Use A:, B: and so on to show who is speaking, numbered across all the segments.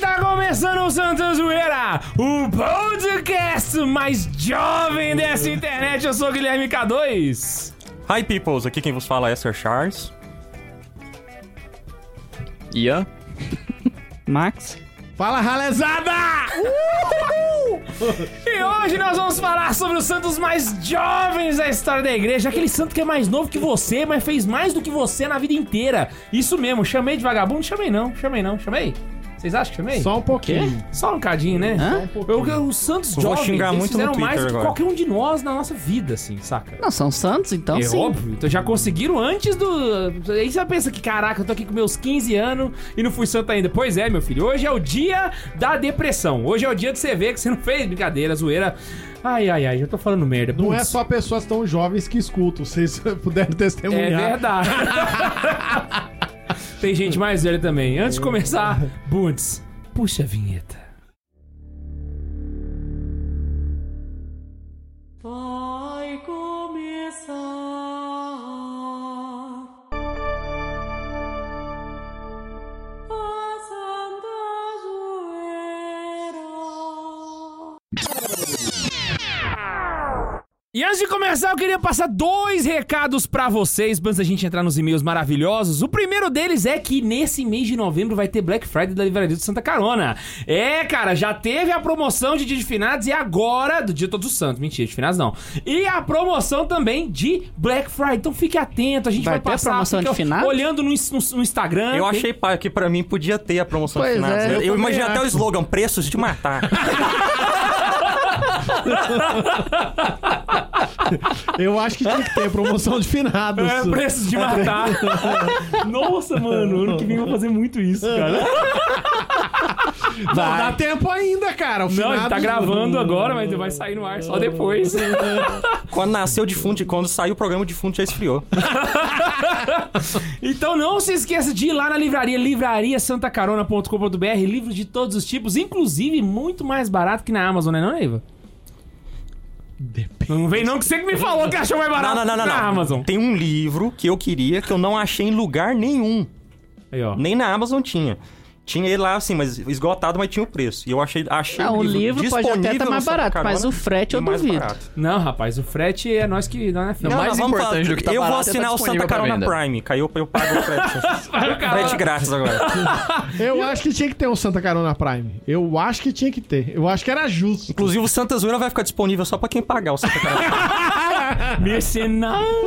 A: tá o podcast mais jovem dessa internet. Eu sou o Guilherme K2.
B: Hi, peoples. Aqui quem vos fala é Sir Charles. Ian.
C: Max.
A: Fala, ralezada! E hoje nós vamos falar sobre os santos mais jovens da história da igreja. Aquele santo que é mais novo que você, mas fez mais do que você na vida inteira. Isso mesmo, chamei de vagabundo? Chamei não, chamei não, chamei? Vocês acham que chamei?
D: Só um pouquinho.
A: Só um cadinho, né? Eu, eu- os santos
B: Eu vou
A: jovens
B: xingar
A: eles
B: muito no
A: fizeram
B: Twitter
A: mais do que
B: agora.
A: qualquer um de nós na nossa vida, assim, saca?
C: Não, são santos, então
A: é
D: Assim.
C: sim.
A: óbvio. Então já conseguiram antes do. Aí você pensa que, caraca, eu tô aqui com meus 15 anos e não fui santo ainda. Pois é, meu filho. Hoje é o dia da depressão. Hoje é o dia de você ver que você não fez brincadeira, zoeira. Ai, ai, ai, já tô falando merda.
D: Não
A: Putz.
D: é só pessoas tão jovens que escutam, vocês puderam
A: É
D: testemunhar.
A: verdade. Tem gente mais velha também. Antes de começar, Bundes, puxa a vinheta.
E: Vai começar a Santa Zoeira.
A: E antes de começar, eu queria passar dois recados pra vocês, antes da gente entrar nos e-mails maravilhosos. O primeiro deles é que nesse mês de novembro vai ter Black Friday da Livraria do Santa Carona. É, cara, já teve a promoção de Dia de Finados e agora do Dia de Todos os Santos. Mentira, de Finados não. E a promoção também de Black Friday. Então fique atento, a gente vai,
C: Vai ter
A: passar
C: promoção de
A: fica
C: finados?
A: olhando no, ins- no- no
F: Ah,
A: Instagram.
B: Eu
A: tem-
B: achei pai que pra mim podia ter a promoção
C: Pois
B: de finados.
C: é,
B: né?
C: eu
B: eu imaginei
D: também
B: até o
D: acho.
B: slogan: preços de matar.
D: Eu acho que tinha que ter promoção de finados.
A: É, preços de matar. Nossa, mano, ano que vem eu vou fazer muito isso,
C: Ah,
A: cara.
D: Não, dá tempo ainda, cara. O
A: Não, a
D: finados-
A: gente tá gravando agora, mas vai sair no ar só depois.
B: quando nasceu de fundo, quando saiu o programa de fundo, já esfriou.
A: então não se esqueça de ir lá na livraria, livrariasantacarona.com.br, livros de todos os tipos, inclusive muito mais barato que na Amazon, né, não, Neiva? Não vem não que você que me falou que achou mais
B: Não,
A: barato
B: não, não, não.
A: na
B: não.
A: Amazon.
B: Tem um livro que eu queria que eu não achei em lugar nenhum.
A: Aí, ó.
B: Nem na Amazon tinha. Tinha ele lá, assim, mas esgotado, mas tinha o preço. E eu achei, achei
C: Não, o livro pode até
B: disponível
C: tá
B: no
C: mais
B: Santa
C: barato, mas
B: Carona
C: o frete eu
B: e mais
C: duvido.
B: barato.
A: Não, rapaz, o frete é nós que... Não, é
F: Não,
A: Vai
F: mais
B: vamos
F: importante do que tá
B: Eu vou
F: barato é tá
B: assinar o Santa
F: disponível pra
B: Carona
F: venda.
B: Prime. Caiu, eu pago o frete.
A: o cara.
B: frete grátis agora.
D: Eu acho que tinha que ter um Santa Carona Prime. Eu acho que tinha que ter. Eu acho que era justo.
B: Inclusive, o Santa Zoeira vai ficar disponível só pra quem pagar o Santa tá Carona.
A: Mercenário!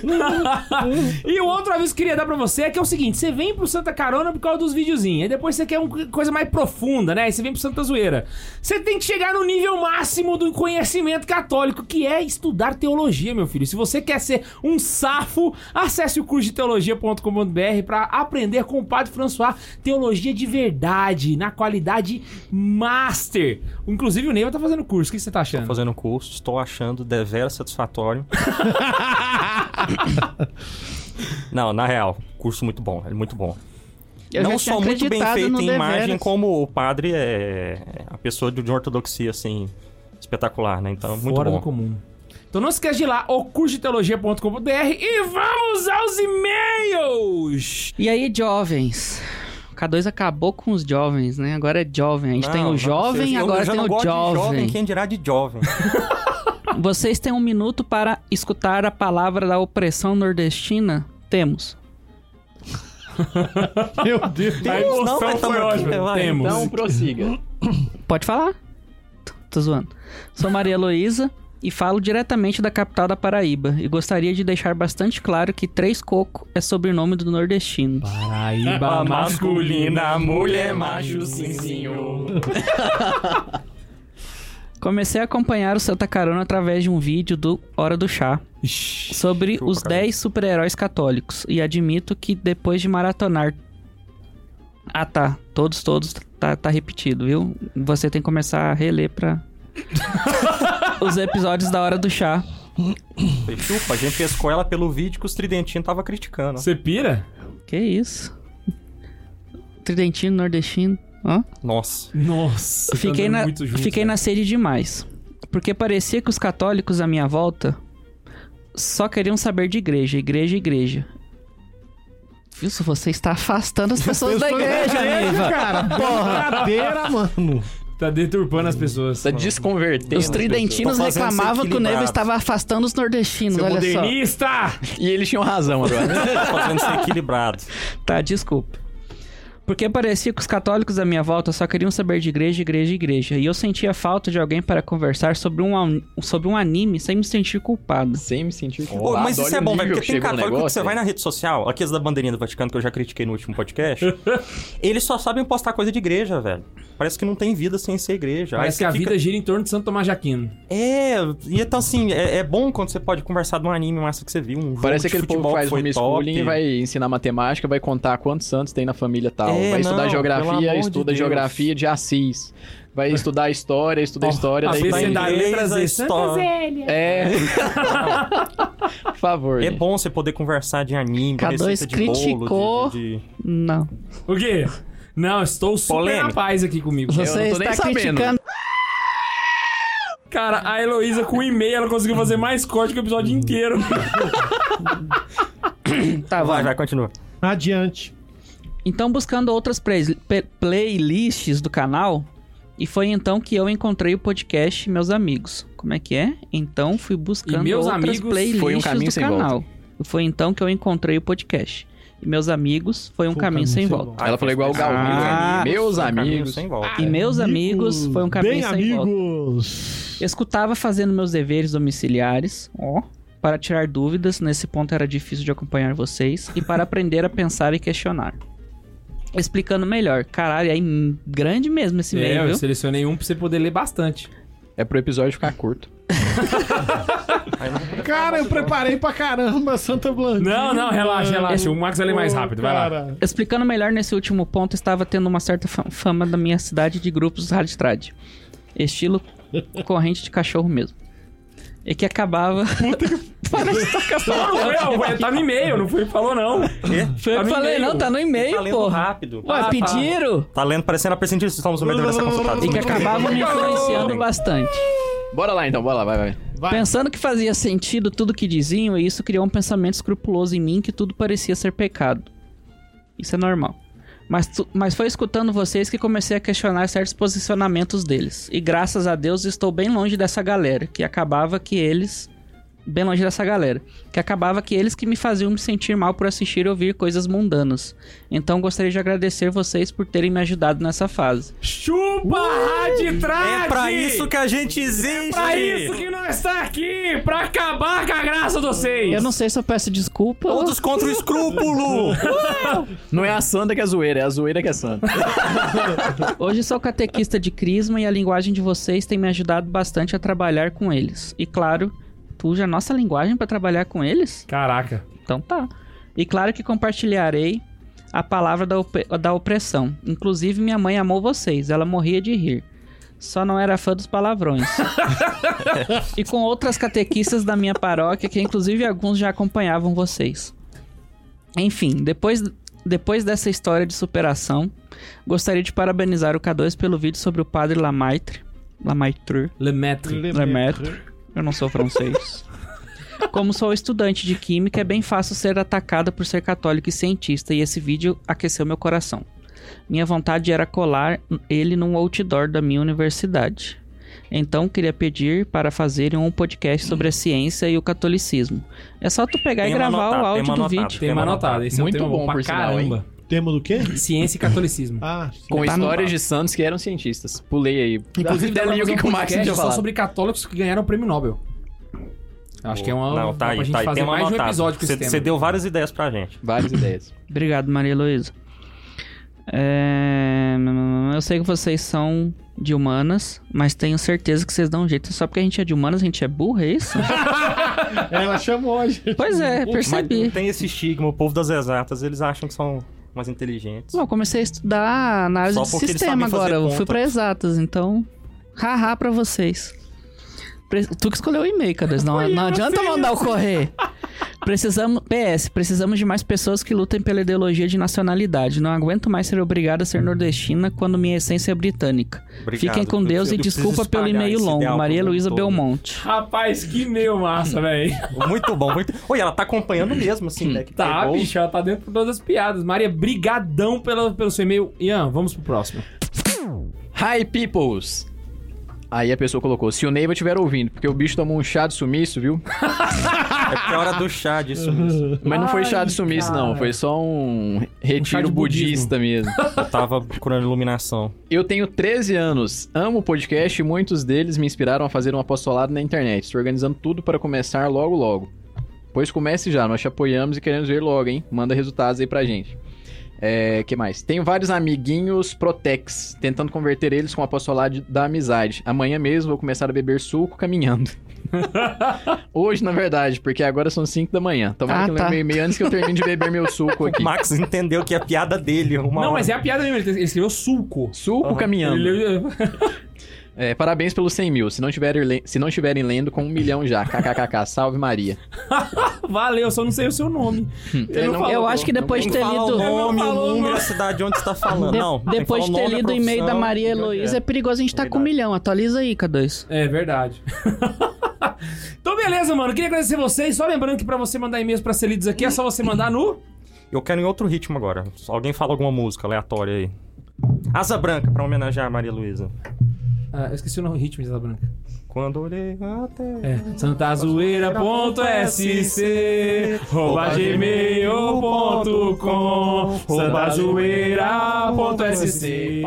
A: e o outro aviso que eu queria dar pra você é que é o seguinte: você vem pro Santa Carona por causa dos videozinhos, aí depois você quer uma coisa mais profunda, né? Aí você vem pro Santa Zoeira. Você tem que chegar no nível máximo do conhecimento católico, que é estudar teologia, meu filho. Se você quer ser um safo, acesse o curso de teologia.com.br pra aprender com o Padre François teologia de verdade, na qualidade master. Inclusive, o Neiva tá fazendo curso, o que você tá achando?
B: Fazendo um curso, estou achando deveras satisfatório. Não, na real, curso muito bom, é muito bom.
C: Eu
B: não
C: já
B: só
C: tinha
B: muito bem
C: acreditado
B: feito
C: no
B: em imagem,
C: deveras.
B: como o padre é é a pessoa de uma ortodoxia, assim, espetacular, né? Então, muito
A: Fora do
B: bom.
A: comum. Então não esquece de ir lá, o cursodeteologia.com.br e vamos aos e-mails!
C: E aí, jovens? O K2 acabou com os jovens, né? Agora é jovem. A gente
B: Não,
C: tem o
B: não,
C: jovem,
B: vocês- eu
C: agora
B: já
C: tem
B: não
C: o
B: gosto de
C: jovem.
B: Quem dirá de jovem?
C: Vocês têm um minuto para escutar a palavra da opressão nordestina? Temos.
D: Meu Deus.
A: A
B: Temos, não, mas tamo aqui, vai.
A: Temos.
F: Então prossiga.
C: Pode falar. Tô- Tô zoando. Sou Maria Heloísa e falo diretamente da capital da Paraíba. E gostaria de deixar bastante claro que Três Coco é sobrenome do nordestino.
A: Paraíba
B: mulher
C: Comecei a acompanhar o Santa Carona através de um vídeo do Hora do Chá
A: Ixi,
C: sobre
B: chupa,
C: os
B: cara.
C: 10 super-heróis católicos. E admito que depois de maratonar. Ah tá, todos, todos, tá, tá repetido, viu? Você tem que começar a reler pra. os episódios da Hora do Chá.
B: Chupa, a gente pescou ela pelo vídeo que os tridentinhos tava criticando.
A: Você pira?
C: Que isso? Tridentino, nordestino. Ó.
B: Nossa.
A: Nossa,
C: Fiquei, na, fiquei
A: né?
C: na sede demais. Porque parecia que os católicos à minha volta só queriam saber de igreja, igreja, igreja. Isso,
D: né,
C: você está afastando as pessoas da igreja, Niva.
D: cara. Porra. Brincadeira, mano.
A: Tá deturpando as pessoas.
F: Tá desconvertendo.
C: Os
F: as
C: tridentinos
F: pessoas. Tá fazendo
C: reclamavam
F: ser
C: que o Neves
F: equilibrado.
C: estava afastando os nordestinos,
A: Seu
C: olha
A: modernista!
F: E eles tinham razão agora.
B: Tá fazendo ser equilibrado.
C: só. Tá, desculpa. Porque parecia que os católicos da minha volta só queriam saber de igreja, igreja, igreja. E eu sentia falta de alguém para conversar sobre um, an- sobre um anime sem me sentir culpado.
F: Sem me sentir que. um
B: Ô, mas isso é bom, velho, porque tem católico que você vai
F: na.
B: na rede social, aqueles da bandeirinha do Vaticano que eu já critiquei no último podcast, eles só sabem postar coisa de igreja, velho. Parece que não tem vida sem ser igreja. Aí
A: Parece que
B: você
A: a
B: fica-
A: vida gira em torno de Santo Tomás de Aquino.
B: É, e então assim, é, é bom quando você pode conversar de um anime massa que você viu, um jogo
F: Parece
B: de
F: aquele povo
B: futebol
F: que
B: que
F: faz
B: foi
F: homeschooling
B: top.
F: e vai ensinar matemática, vai contar quantos santos tem na família tal.
B: É,
F: vai estudar
B: não, pelo
F: geografia,
B: amor de
F: estuda
B: Deus.
F: geografia de Assis. Vai estudar história, estuda história.
A: a
F: daí
A: vez
F: vai...
A: você dá
B: inglês,
A: letras
B: a
A: e
B: história.
F: É. Por favor.
B: É
F: gente.
B: bom você poder conversar de anime, de
C: K2
B: receita de
C: criticou.
B: bolo, de- de- de-
C: Não.
A: O quê? Não, estou super
B: Polêmica.
A: rapaz aqui comigo.
F: não
C: Você
F: tô nem
C: está
F: sabendo.
C: criticando.
A: Cara, a Heloísa com e-mail, ela conseguiu fazer mais corte que o episódio inteiro.
C: Tá,
B: Vai,
C: vai.
B: vai, continua.
D: Adiante.
C: Então, buscando outras play- pe- playlists do canal, e foi então que eu encontrei o podcast Meus Amigos. Como é que é? Então, fui buscando
A: E Meus
C: outras
A: Amigos
C: playlists
F: foi um caminho
C: do
F: sem
C: canal. E foi então que eu encontrei o podcast. E Meus Amigos foi um, caminho, sem volta.
F: Ela falou igual o Gal Rio,
C: Ah,
F: né? Meus
B: Um caminho
F: amigos.
B: Sem volta.
C: E Meus Amigos foi um caminho
D: Bem
C: sem volta.
D: amigos.
C: Eu Escutava fazendo meus deveres domiciliares, ó, para tirar dúvidas, nesse ponto era difícil de acompanhar vocês, e para aprender a pensar e questionar. Explicando melhor. Caralho, é im- grande mesmo esse meio,
A: é,
C: viu?
A: eu selecionei um pra você poder ler bastante.
F: É pro episódio ficar curto.
D: Cara, eu preparei pra caramba Santa Blanca.
A: Não, não, relaxa, relaxa. O Max vai ler mais rápido, vai lá.
C: Explicando melhor nesse último ponto, estava tendo uma certa fa- fama da minha cidade de grupos trad. Estilo corrente de cachorro mesmo. E que acabava.
A: Não, não foi, ó, foi- tá no e-mail, não foi, falou não.
C: Foi
A: Tá
C: eu que
A: no
C: falei,
A: e-mail.
C: não, tá no
B: Tá
C: e-mail,
B: lendo
C: porra.
B: rápido.
C: Ué, pediram?
B: Tá lendo, parecendo aprendizista, estamos no meio da tá versão consultada.
C: E que é acabava me influenciando bastante.
F: Bora lá então, bora lá, vai, vai.
C: Pensando que fazia sentido tudo que diziam, e isso criou um pensamento escrupuloso em mim que tudo parecia ser pecado. Isso é normal. Mas, tu- mas foi escutando vocês que comecei a questionar certos posicionamentos deles. E graças a Deus estou bem longe dessa galera, que acabava que eles. Bem longe dessa galera. Que acabava que eles que me faziam me sentir mal por assistir e ouvir coisas mundanas. Então gostaria de agradecer vocês por terem me ajudado nessa fase.
A: Chupa,
F: Uh,
A: Raditrate!
B: É pra isso que a gente existe!
A: Pra isso que nós está aqui! Pra acabar com a graça de vocês!
C: Eu não sei se eu peço desculpa.
B: Todos contra o escrúpulo!
F: Não é a Santa que é zoeira, é a zoeira que é Santa.
C: Hoje sou catequista de Crisma e a linguagem de vocês tem me ajudado bastante a trabalhar com eles. E claro, tu usa a nossa linguagem pra trabalhar com eles?
A: Caraca.
C: Então tá. E claro que compartilharei a palavra da, op- da opressão. Inclusive, minha mãe amou vocês, ela morria de rir. Só não era fã dos palavrões. e com outras catequistas da minha paróquia, que inclusive alguns já acompanhavam vocês. Enfim, depois, depois dessa história de superação, gostaria de parabenizar o K2 pelo vídeo sobre o padre Lamaitre. Lamaitre. é
A: Lemaitre.
C: Lemaitre. Eu não sou francês. Como sou estudante de química, é bem fácil ser atacada por ser católico e cientista, e esse vídeo aqueceu meu coração. Minha vontade era colar ele num outdoor da minha universidade. Então queria pedir para fazerem um podcast sobre a ciência e o catolicismo. É só tu pegar e
B: Tema
C: gravar
B: anotado,
C: o áudio
B: tema
C: do
B: anotado.
C: vídeo.
A: Tema anotado. Esse
F: Muito
A: é um tema
F: bom,
A: pra
F: por sinal,
A: caramba.
D: Tema do quê?
A: Ciência e catolicismo.
D: Ah, sim.
F: Com
C: Tá no
F: histórias
C: mapa.
F: de santos que eram cientistas. Pulei aí.
A: Inclusive, dá pra
F: li o
A: fazer
F: que,
A: um
F: que o Max
A: podcast
F: tinha
A: só
F: falado.
A: sobre católicos que ganharam o prêmio Nobel. Eu Acho que é uma.
B: Não,
A: dá
B: tá
A: pra
B: aí,
A: gente
B: tá aí.
A: fazer
B: Tem uma
A: mais de um
B: anotada.
A: episódio com
B: Você-
A: esse tema.
B: Você deu várias ideias pra gente.
F: Várias ideias.
C: Obrigado, Maria Heloísa. É, Eu sei que vocês são de humanas, mas tenho certeza que vocês dão um jeito. Só porque a gente é de humanas, a gente é burra, é isso?
D: É, Ela chamou hoje.
C: Pois é,
B: Mas
C: percebi.
B: tem esse estigma, o povo das exatas, eles acham que são mais inteligentes.
C: Bom, eu comecei a estudar análise
B: Só
C: de
B: porque eles
C: sistema
B: sabem fazer
C: agora. Eu fui
B: conta.
C: pra exatas, então. Haha pra vocês. Pre- Tu que escolheu o e-mail, cadê? Não, não adianta mandar o correr. Precisamos. PS, precisamos de mais pessoas que lutem pela ideologia de nacionalidade. Não aguento mais ser obrigada a ser nordestina quando minha essência é britânica.
B: Obrigado.
C: Fiquem com
B: Eu
C: Deus e
B: preciso
C: desculpa pelo
B: espalhar
C: e-mail
B: esse
C: longo.
B: ideal
C: Maria
B: pro mundo
C: Luísa
B: todo.
C: Belmonte.
A: Rapaz, que meio massa, velho.
B: Muito bom, muito. Oi, ela tá acompanhando mesmo, assim, né? Que
A: Tá,
B: pegou.
A: bicho, ela tá dentro de todas as piadas. Maria, brigadão pelo, pelo seu e-mail. Ian, vamos pro próximo.
F: Hi, peoples! Aí a pessoa colocou, se o Neiva estiver ouvindo, porque o bicho tomou um chá de sumiço, viu?
B: É porque é hora do chá disso mesmo.
F: Mas não foi chá de
A: Ai,
F: sumiço, não.
A: cara.
F: Foi só um retiro
A: de
F: budista mesmo.
B: Eu tava procurando iluminação.
F: Eu tenho 13 anos, amo podcast e muitos deles me inspiraram a fazer um apostolado na internet. Estou organizando tudo para começar logo logo. Pois comece já, nós te apoiamos e queremos ver logo, hein? Manda resultados aí pra gente. É, que mais? Tenho vários amiguinhos Protex, tentando converter eles com o apostolado de- da amizade. Amanhã mesmo vou começar a beber suco caminhando. Hoje, na verdade, porque agora são 5 da manhã. Tomara
C: Ah,
F: que eu
C: tá.
F: lembre meio antes que eu termine de beber meu suco aqui.
B: O Max entendeu que é a piada dele. Uma
A: Não,
B: hora.
A: mas é a piada mesmo. Ele escreveu sulco.
F: Suco caminhando.
A: Ele-
F: É, parabéns pelos 100 mil. Se não, tiverem le- se não estiverem lendo, com um milhão já. KKKK, salve Maria.
A: Valeu, só não sei o seu nome. Ele não falou,
C: Eu acho que depois de
B: Tem
C: ter
B: que falar o
C: lido.
B: nome,
A: Não
B: o
A: falou,
B: número,
A: não.
B: a cidade onde você tá falando.
C: de-
B: não, tem que
C: depois de
B: falar
C: ter
B: nome, a
C: lido o e-mail da
B: profissão,
C: Maria
B: de onde
C: Heloísa, é perigoso a gente tá com um
B: Verdade.
C: milhão. Atualiza aí, K2.
A: É verdade. então, beleza, mano. Queria agradecer vocês. Só lembrando que pra você mandar e-mails pra ser lidos aqui, é só você mandar no.
B: Eu quero em outro ritmo agora. Se Alguém fala alguma música aleatória aí. Asa Branca, pra homenagear a Maria Luísa.
A: Ah, eu esqueci o nome, o ritmo de Santa Branca.
B: Quando olhei até...
A: É. santazoeira.sc arroba gmail.com santazoeira.sc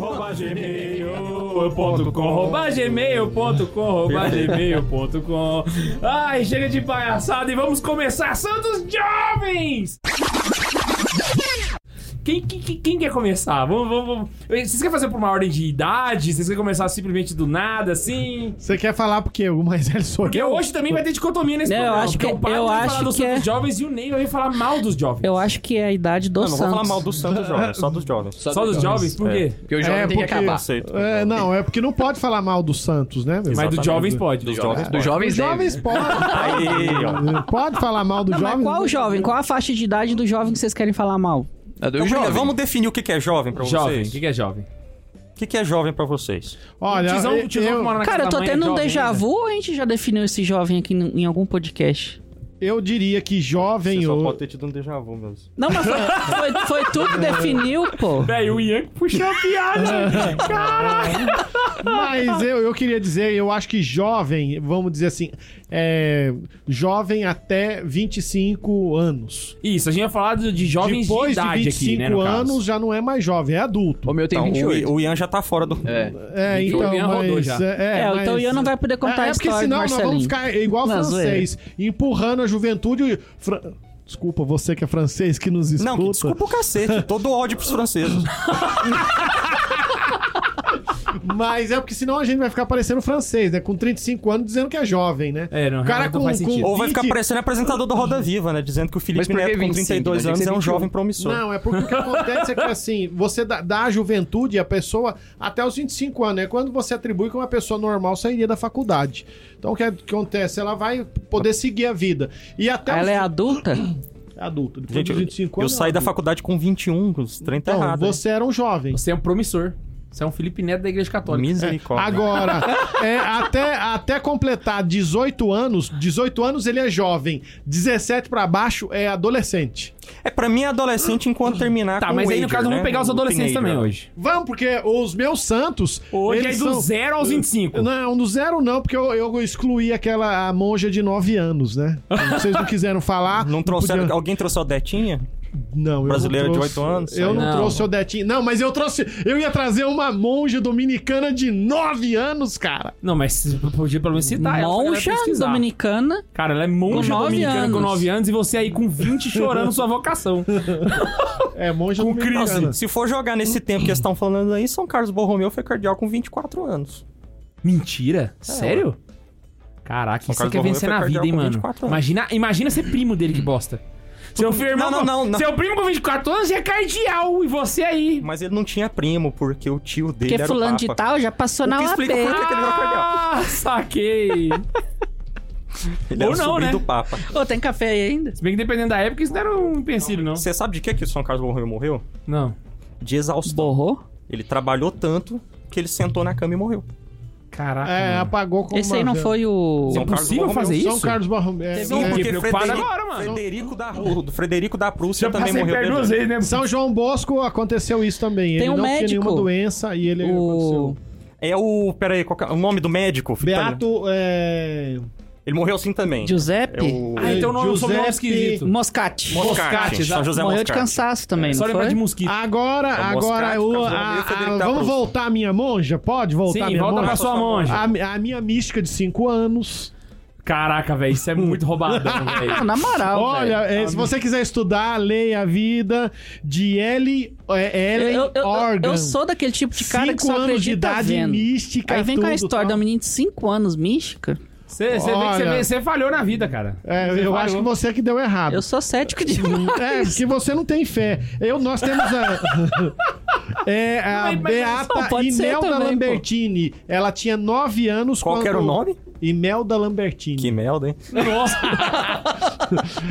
A: arroba gmail.com arroba gmail.com arroba gmail.com Ai, chega de palhaçada e vamos começar, Santos Jovens! Quem, quem- quem- quem quer começar? Vamos, vamos, vamos. Vocês querem fazer por uma ordem de idade? Vocês querem começar simplesmente do nada, assim?
D: Você quer falar porque o mais velho sou
A: Porque é
D: eu?
A: hoje também vai ter dicotomia nesse
C: Eu
A: programa.
C: acho
A: porque
C: que-
A: o Pablo
C: eu
A: vai falar
C: acho
A: dos
C: que é-
A: Santos jovens e o Ney vai falar mal dos jovens.
C: Eu acho que é a idade do
B: Ah, Não, não vou
C: Santos.
B: falar mal dos Santos Jovens, só dos jovens.
A: Só dos jovens? Por quê?
F: Porque
B: É,
F: o jovem tem que acabar.
B: Aceito.
D: É, não, é porque não pode falar mal do Santos, né, meu?
A: Mas dos jovens pode.
B: Dos jovens
F: Dos
B: pode.
F: jovens
D: Os jovens podem.
B: Aí, ó.
D: Pode falar mal do
C: Não,
D: jovem.
C: mas qual jovem? Qual a faixa de idade do jovem que vocês querem falar mal?
F: É do
B: Então,
F: jovem.
B: Vamos definir o que que é jovem pra
A: Jovem. O
B: vocês.
A: que, que é jovem?
B: O que que é jovem pra vocês?
D: Olha,
A: Tizão-
D: eu-
A: tizão que mora na
C: Cara,
A: casa
C: eu tô
A: da mãe é
C: tendo um
A: jovem
C: déjà
A: ainda.
C: vu ou a gente já definiu esse jovem aqui n- em algum podcast?
D: eu, eu diria que jovem
B: Você só
D: ou...
B: pode ter tido um déjà vu mesmo.
C: Não, mas foi, foi, foi tu que definiu, pô.
A: Véi, o Ian que puxou a piada. Caralho.
D: Mas eu, eu queria dizer, eu acho que jovem, vamos dizer assim, é, jovem até 25 anos.
A: Isso, a gente ia falar de de jovens
D: Depois
A: de
D: de,
A: idade
D: 25
A: aqui, né, no caso.
D: anos já não é mais jovem, é adulto.
F: O meu tem
B: Então, o,
F: 28.
B: I- o Ian já tá fora do...
F: É.
D: É,
A: 28
D: então,
A: já rodou
D: mas...
A: já.
C: É,
D: É,
C: então o
D: mas-
C: Ian não vai poder contar
D: é,
C: a
D: porque
C: história
D: senão
C: do
D: nós vamos
C: Marcelinho.
D: ficar igual
C: Na
D: francês, empurrando a juventude. Fra- Desculpa, você que é francês que nos escuta.
B: Não, que desculpa o cacete. Todo ódio pros franceses.
D: Mas é porque senão a gente vai ficar parecendo francês, né? Com 35 anos dizendo que é jovem, né?
A: É, não,
D: o cara
A: realmente
D: com,
A: não faz
D: com
A: sentido.
B: Ou vai
D: 20
B: ficar parecendo apresentador do Roda Viva, né? Dizendo que o Felipe
F: Mas por que
B: Neto, com
F: 25?
B: 32
F: Tinha que
B: anos,
F: ser
B: é um
F: 21.
B: jovem promissor.
D: Não, é porque o que acontece é que assim, você dá, dá a juventude, a pessoa, até os 25 anos, é quando você atribui que uma pessoa normal sairia da faculdade. Então o que acontece? Ela vai poder seguir a vida. E até
C: Ela
D: os-
C: é adulta?
D: adulto, depois
B: Gente,
D: dos
B: eu,
D: 25
B: eu
D: anos.
B: saí da faculdade com 21, com os 30
A: Tá
D: Então,
B: errado.
D: você era um jovem.
A: é Você é um promissor. Você é um Felipe Neto da Igreja
B: hein?
A: Católica.
B: Misericórdia.
D: Agora, é, até, até completar 18 anos, 18 anos ele é jovem, 17 pra baixo é adolescente.
B: É pra mim é adolescente enquanto terminar
A: Tá,
B: com
A: mas
B: o
A: aí no
B: Wager,
A: caso
B: né?
A: vamos pegar os
B: O
A: adolescentes
B: teenager.
A: também hoje.
D: Vamos, porque os meus santos.
A: Hoje é
D: eles
A: do
D: são-
A: 0 aos 25.
D: Não, do zero não, porque eu, eu excluí aquela a monja de 9 anos, né? Vocês não quiseram falar.
B: Não trouxeram...
D: podiam-
B: Alguém trouxe a Detinha?
D: Não, eu
B: brasileiro
D: não
B: de
D: trouxe-
B: oito anos?
D: Eu não,
A: Não.
D: trouxe o Detinho. Não, mas eu trouxe. Eu ia trazer uma monja dominicana de 9 anos, cara.
A: Não, mas você podia pelo menos citar ela. pra galera
C: Monja
A: pesquisar.
C: dominicana.
A: Cara, ela é monja
C: Com nove
A: dominicana com
C: anos.
A: 9 anos e você aí com 20 chorando sua vocação.
D: É, monja
A: Com
D: dominicana.
A: crise.
B: Se for jogar nesse tempo que eles estão falando aí, São Carlos Borromeu foi cardeal com 24 anos.
A: Mentira?
B: É,
A: Sério? Caraca,
B: São
A: isso você
B: Carlos
A: quer vencer
B: Borromeu
A: na
B: foi
A: vida, hein,
B: cardeal com
A: mano?
B: 24 anos.
A: Imagina, imagina ser primo dele, que bosta. Seu filho, irmão,
B: não, não, não.
A: Seu primo com 24 anos é cardeal e você aí.
B: Mas ele não tinha primo, porque o tio dele
C: Porque
B: era o
C: fulano de
B: Papa.
C: tal já passou na
B: que
C: UAP.
B: explica por que ele virou cardeal.
A: Ah, saquei.
B: Ele
A: Ou não,
B: era sobrinho
A: né?
B: do Papa.
C: Ô, tem café aí ainda?
A: Se bem que dependendo da época, isso não era um empecilho, não.
B: Você sabe de que que o São Carlos Borromeu morreu?
A: Não.
B: De exaustão.
C: Borrou?
B: Ele trabalhou tanto que ele sentou na cama e morreu.
A: Caraca.
D: É,
A: mano.
D: apagou como.
C: Esse aí não foi o.
A: É possível
B: Carlos
A: fazer
D: São
A: isso?
D: Carlos Borromeu. é,
A: Sim,
C: um
D: é,
A: porque-
B: Frederico,
A: preocupado agora, mano.
B: Frederico da, o Frederico da Prússia
A: Já
B: também
A: passei
B: morreu.
A: perto duas
B: bêbado.
A: vezes, né?
D: São João Bosco aconteceu isso também.
C: Tem
D: ele
C: um
D: não tinha
C: médico.
D: nenhuma doença e ele
C: O.
D: aconteceu.
B: É o. Pera aí, qual que é o nome do médico?
D: Beato. É...
B: Ele morreu assim também.
C: Giuseppe
B: É o.
A: Ah, então não, eu sou um nome
D: Giuseppe-
A: esquisito.
C: Moscati.
B: Moscati, São José
C: Morreu de
B: Moscati.
C: cansaço também,
A: Só
C: não
A: lembrar
C: foi?
A: de mosquito.
D: Ah, Agora,
B: É o
D: agora.
B: Moscati,
D: o-
B: Carlos
D: a-
B: Borromeu e Frederico
D: a-
B: da
D: vamos
B: Prússia.
D: voltar a minha monja? Pode voltar a
A: tá Sim,
D: minha
A: volta pra
D: monja?
A: sua monja.
D: A, a minha mística de 5 anos.
A: Caraca, velho, isso é muito roubado,
C: Não,
A: velho.
C: Ah, na moral.
D: Olha,
C: Tá, velho.
D: é, se você quiser estudar, leia a vida de Ellie,
C: eu,
D: é, Ellen
C: eu, eu-
D: Organ.
C: eu sou daquele tipo de cara que
D: Cinco
C: só
D: anos de
C: acredita
D: idade
C: vendo.
D: mística.
C: Aí vem com a
D: tudo,
C: história
D: tá?
C: da menina de 5 anos mística.
A: Você você vê que você
D: Olha.
A: vê- você falhou na vida, cara.
D: É, eu acho que você que deu errado.
C: Eu sou cético demais.
D: É, porque você não tem fé. Eu, nós temos a. é, a
A: Mas- mas
C: só
D: Beata
C: pode ser
D: Imelda
C: também, pô.
D: Lambertini. Ela tinha 9 anos
B: Qual
D: quando...
B: que era o nome?
D: Imelda Lambertini.
B: Que merda, hein?
A: Nossa,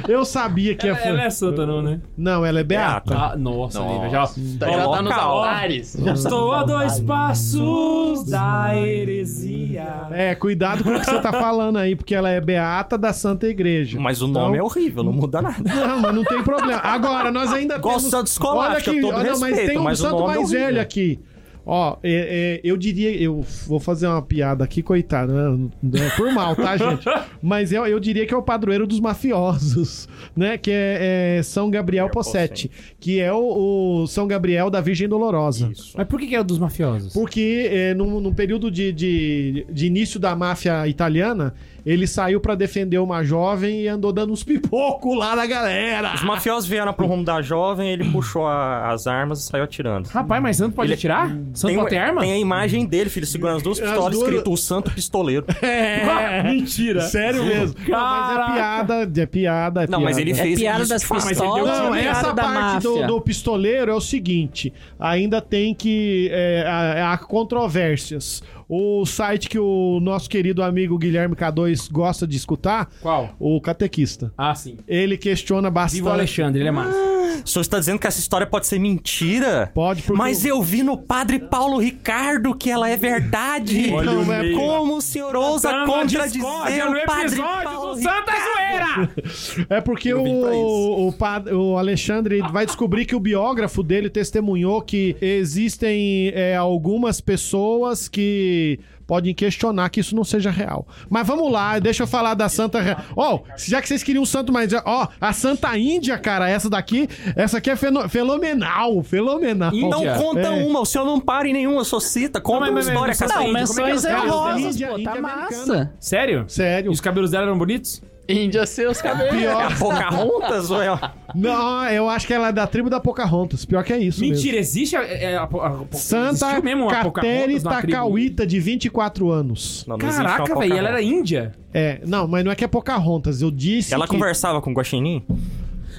D: Eu sabia que ia
A: ela, ela é santa, não, né?
D: Não, ela é Beata.
B: Beata.
A: Ah, nossa, Lívia, já.
F: Tá- já tá nos
B: Coloca, ó.
F: altares.
A: Estou a dois passos da heresia.
D: É, cuidado com o que você tá falando aí, porque ela é Beata da Santa Igreja.
B: Mas o nome é horrível, não muda nada.
D: Não, mas não tem problema. Agora, nós ainda
B: Igual
D: temos...
B: santo escolástica,
D: Olha aqui,
B: todo
D: olha, mas
B: respeito,
D: tem um
B: mas o
D: santo
B: nome é
D: mais
B: horrível.
D: velho aqui. Ó, é, é, eu diria... Eu vou fazer uma piada aqui, coitado. né? Não é por mal, tá, gente? Mas eu, eu diria que é o padroeiro dos mafiosos, né? Que é, é São Gabriel Possetti. Que é o, o São Gabriel da Virgem Dolorosa.
A: Mas por que que é o dos mafiosos?
D: Porque é, num, num período de, de, de início da máfia italiana, ele saiu pra defender uma jovem e andou dando uns pipocos lá na galera.
B: Os mafiosos vieram pro rumo da jovem, ele puxou a- as armas e saiu atirando.
A: Rapaz, mas santo pode
B: Ele-
A: atirar? Santo pode ter arma?
B: Tem a imagem dele, filho, segurando as duas
D: As
B: pistolas,
D: duas-
B: escrito o santo pistoleiro.
A: Ah, mentira.
D: É. Sério mesmo. Não, mas é
A: Caraca.
D: piada, é piada, é
B: Não, mas
D: piada.
B: ele
C: É
B: fez
C: piada
B: isso
C: das
B: de fato.
A: mas ele deu-
C: pistolas,
D: Não,
C: piada
D: essa
C: da
D: parte do,
C: máfia.
D: do pistoleiro é o seguinte: ainda tem que. é, há- há controvérsias. O site que o nosso querido amigo Guilherme K2 gosta de escutar,
A: Qual?
D: o Catequista.
A: Ah, sim.
D: Ele questiona
A: Viva o
D: bastante.
A: Alexandre, ele é massa.
B: O senhor está dizendo que essa história pode ser mentira?
D: Pode, porque
B: Mas
D: o-
B: eu vi no padre Paulo Ricardo que ela é verdade.
D: Olha o meio.
B: Como o senhor ousa
A: Tamo a discórdia
B: contradizer
A: Então, no
B: o padre
A: episódio
B: Paulo
A: do
B: Ricardo?
A: Santa Zoeira!
D: É porque
B: Eu vim pra
D: o,
B: isso.
D: o, padre, o Alexandre ele vai descobrir que o biógrafo dele testemunhou que existem é, algumas pessoas que podem questionar que isso não seja real. Mas vamos lá, deixa eu falar da Santa. Re- Ó, já que vocês queriam um santo mais. Ó, a Santa Índia, cara, essa daqui, essa aqui é feno- fenomenal, fenomenal.
B: Então
A: Índia.
B: conta
D: É.
B: uma, o senhor não para em nenhuma, só cita. Conta
A: Não,
B: uma
A: mas- mas-
B: história,
A: mas-
B: Cassandra.
C: Não,
A: Índia, como é que
C: menções
A: era o cabelo
C: honrosas,
D: dela?
C: pô,
D: Índia-
C: tá
D: Índia
C: massa.
A: Sério? E
D: Sério.
A: os cabelos dela eram bonitos?
F: Índia seus cabelos.
B: É
D: Pior.
B: a Pocahontas ou é a...
D: Não, eu acho que ela é da tribo da Pocahontas. Pior que é isso. mesmo.
A: Mentira, existe a, é, a, a- a-
D: Santa
A: existiu mesmo a
D: Cateri
A: Pocahontas na tribo?
D: Takawita, de 24 anos.
B: Não, não existe uma
A: Caraca, velho,
B: Pocahontas.
A: ela era índia?
D: É, não, mas não é que é Pocahontas, eu disse.
B: Ela
D: que...
B: conversava com o Guaxinim?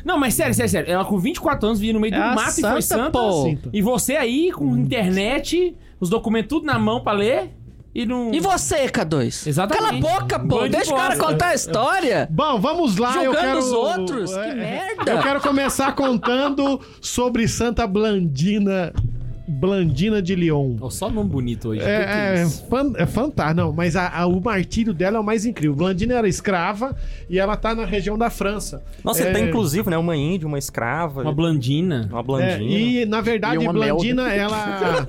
A: Não, mas sério, sério, sério. Ela com 24 anos vinha no meio do
C: É a
A: mato e foi
C: santa,
A: santa.
C: pô.
D: Sinta.
A: E você aí,
D: Hum.
A: com internet, os documentos tudo na mão pra ler e não...
C: E você, K2?
A: Exatamente.
C: Cala a boca, pô.
A: Vai de
C: Deixa o cara
A: bosta.
C: contar a história.
D: Bom, vamos lá, Ah, eu
C: julgando
D: quero.
C: os outros.
D: É,
C: que merda.
D: Eu quero começar contando sobre Santa Blandina. Blandina de Lyon.
A: Ó, só nome bonito hoje. que que
D: É, é,
A: isso?
D: fan- é fantástico, não, mas a- a- o martírio dela é o mais incrível. Blandina era escrava e ela tá na região da França.
B: Nossa,
D: é,
B: ele tá inclusivo, né? Uma índia, uma escrava,
A: Uma
B: uma,
A: blandina.
D: é,
B: blandinha.
D: e na verdade,
F: E uma
D: Blandina, ela.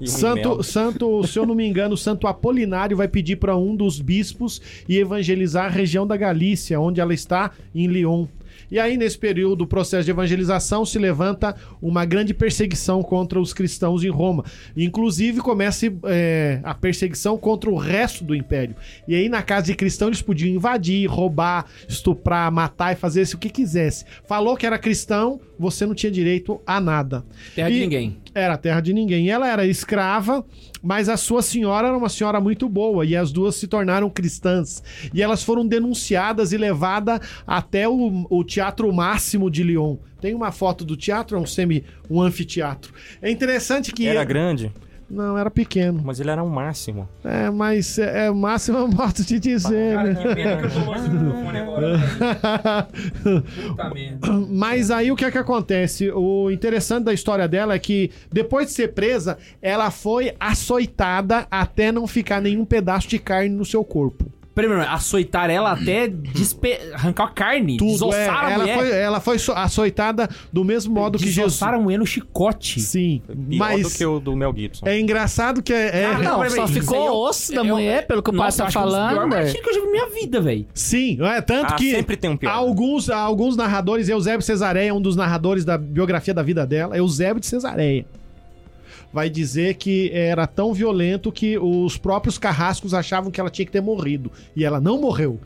B: e um
D: Santo,
B: mel.
D: Santo, se eu não me engano, Santo Apolinário vai pedir para um dos bispos e evangelizar a região da Galícia, onde ela está, em Lyon. E aí, nesse período do processo de evangelização, se levanta uma grande perseguição contra os cristãos em Roma. Inclusive, começa é, a perseguição contra o resto do império. E aí, na casa de cristão, eles podiam invadir, roubar, estuprar, matar e fazer o que quisesse. Falou que era cristão, você não tinha direito a nada.
A: Terra de
D: E-
A: ninguém.
D: era terra de ninguém. Ela era escrava, mas a sua senhora era uma senhora muito boa e as duas se tornaram cristãs. E elas foram denunciadas e levadas até o, o Teatro Máximo de Lyon. Tem uma foto do teatro, é um semi, um anfiteatro. É interessante que
B: Era grande.
D: Não, era pequeno.
B: Mas ele era o máximo.
D: É, mas é, é o máximo é um modo de dizer, né?
A: que pena que eu vou longe do microfone agora.
B: é.
A: Puta merda.
D: Mas aí o que é que acontece? O interessante da história dela é que depois de ser presa, ela foi açoitada até não ficar nenhum pedaço de carne no seu corpo.
A: Primeiro, açoitar ela até despe... arrancar a carne,
D: Tudo é,
A: desossar a
D: ela
A: mulher.
D: foi, ela foi so- açoitada do mesmo modo que Jesus.
A: Desossaram a mulher no chicote.
D: Sim,
B: Pior do
D: mas
B: que o do Mel Gibson.
D: é engraçado que é, é-
A: Ah,
C: Não,
A: Não,
C: só
A: peraí, isso aí eu-
C: ficou osso da
A: eu-
C: mulher, pelo que o Paulo
A: Nossa, eu
C: tá
A: acho que é um dos
C: falando.
A: piores
C: velho.
A: martírios que eu já vi na minha vida, velho.
D: Sim, é tanto
B: Ah,
D: que
B: sempre tem um pior.
D: alguns alguns narradores, Eusébio Cesareia é um dos narradores da biografia da vida dela, Eusébio de Cesareia. Vai dizer que era tão violento que os próprios carrascos achavam que ela tinha que ter morrido. E ela não morreu.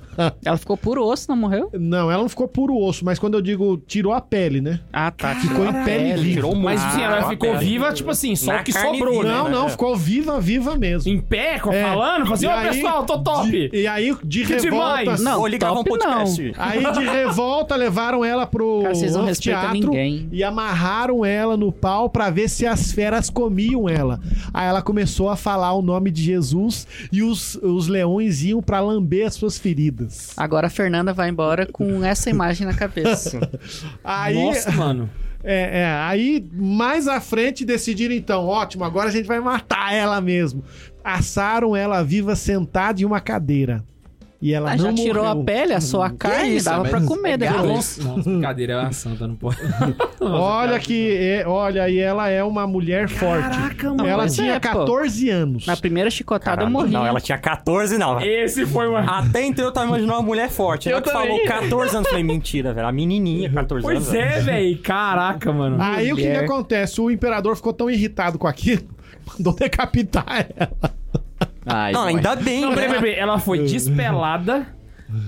C: Ela ficou puro osso, não morreu?
D: Não, ela não ficou puro osso, mas quando eu digo tirou a pele, né?
C: Ah, tá.
D: Ficou em pele
B: Ele
D: livre.
B: tirou o
A: Mas
B: músculo
A: assim,
B: da
A: ela É, ficou
B: pele.
A: viva, tipo assim, só
B: né? Na
A: o que
B: carne
A: sobrou,
B: viva.
A: né?
D: Não, não,
B: É.
D: ficou viva, viva mesmo.
A: Em pé, co-
D: É.
A: falando, falando assim,
D: E
A: ó
D: aí-
A: pessoal, tô top.
D: De- e aí, de
A: Que
D: revolta.
A: demais!
C: Não,
B: Ou ligava um
C: top não.
B: podcast.
D: Aí de revolta levaram ela pro
C: Cara, vocês não respeitam
D: anfiteatro
C: ninguém.
D: e amarraram ela no pau pra ver se as feras comiam ela. Aí ela começou a falar o nome de Jesus e os, os leões iam pra lamber as suas feridas.
C: Agora a Fernanda vai embora com essa imagem na cabeça.
D: Aí,
A: Nossa, mano.
D: é, é, aí mais à frente decidiram então, ótimo, agora a gente vai matar ela mesmo. Assaram ela viva sentada em uma cadeira. E ela
C: Ah,
D: não
C: já tirou
D: morreu.
C: a pele, assou a carne,
F: isso,
C: dava
F: mas
B: é
C: pra comer depois.
A: Nossa, brincadeira, ela é uma santa, não pode.
D: Olha que, é, olha, e ela é uma mulher forte.
A: Caraca, mano.
C: Não,
D: ela
C: mas
D: tinha
C: é, pô.
D: 14 anos.
C: Na primeira chicotada eu
B: Caralho,
C: morri.
B: Não, ela tinha 14, não.
A: Esse foi uma...
B: Até então eu tava imaginando uma mulher forte. Ela
C: Eu
B: que falou
C: também.
B: 14 anos. Eu Falei, mentira, velho. A menininha, 14 anos.
A: Pois é, velho. Caraca, mano.
D: Aí o que, que
C: Mulher.
D: acontece? O imperador ficou tão irritado com aquilo, mandou decapitar ela.
F: Ai,
B: Não,
F: mãe.
B: ainda bem,
A: Não,
B: né?
A: peraí, peraí, peraí. Ela foi despelada,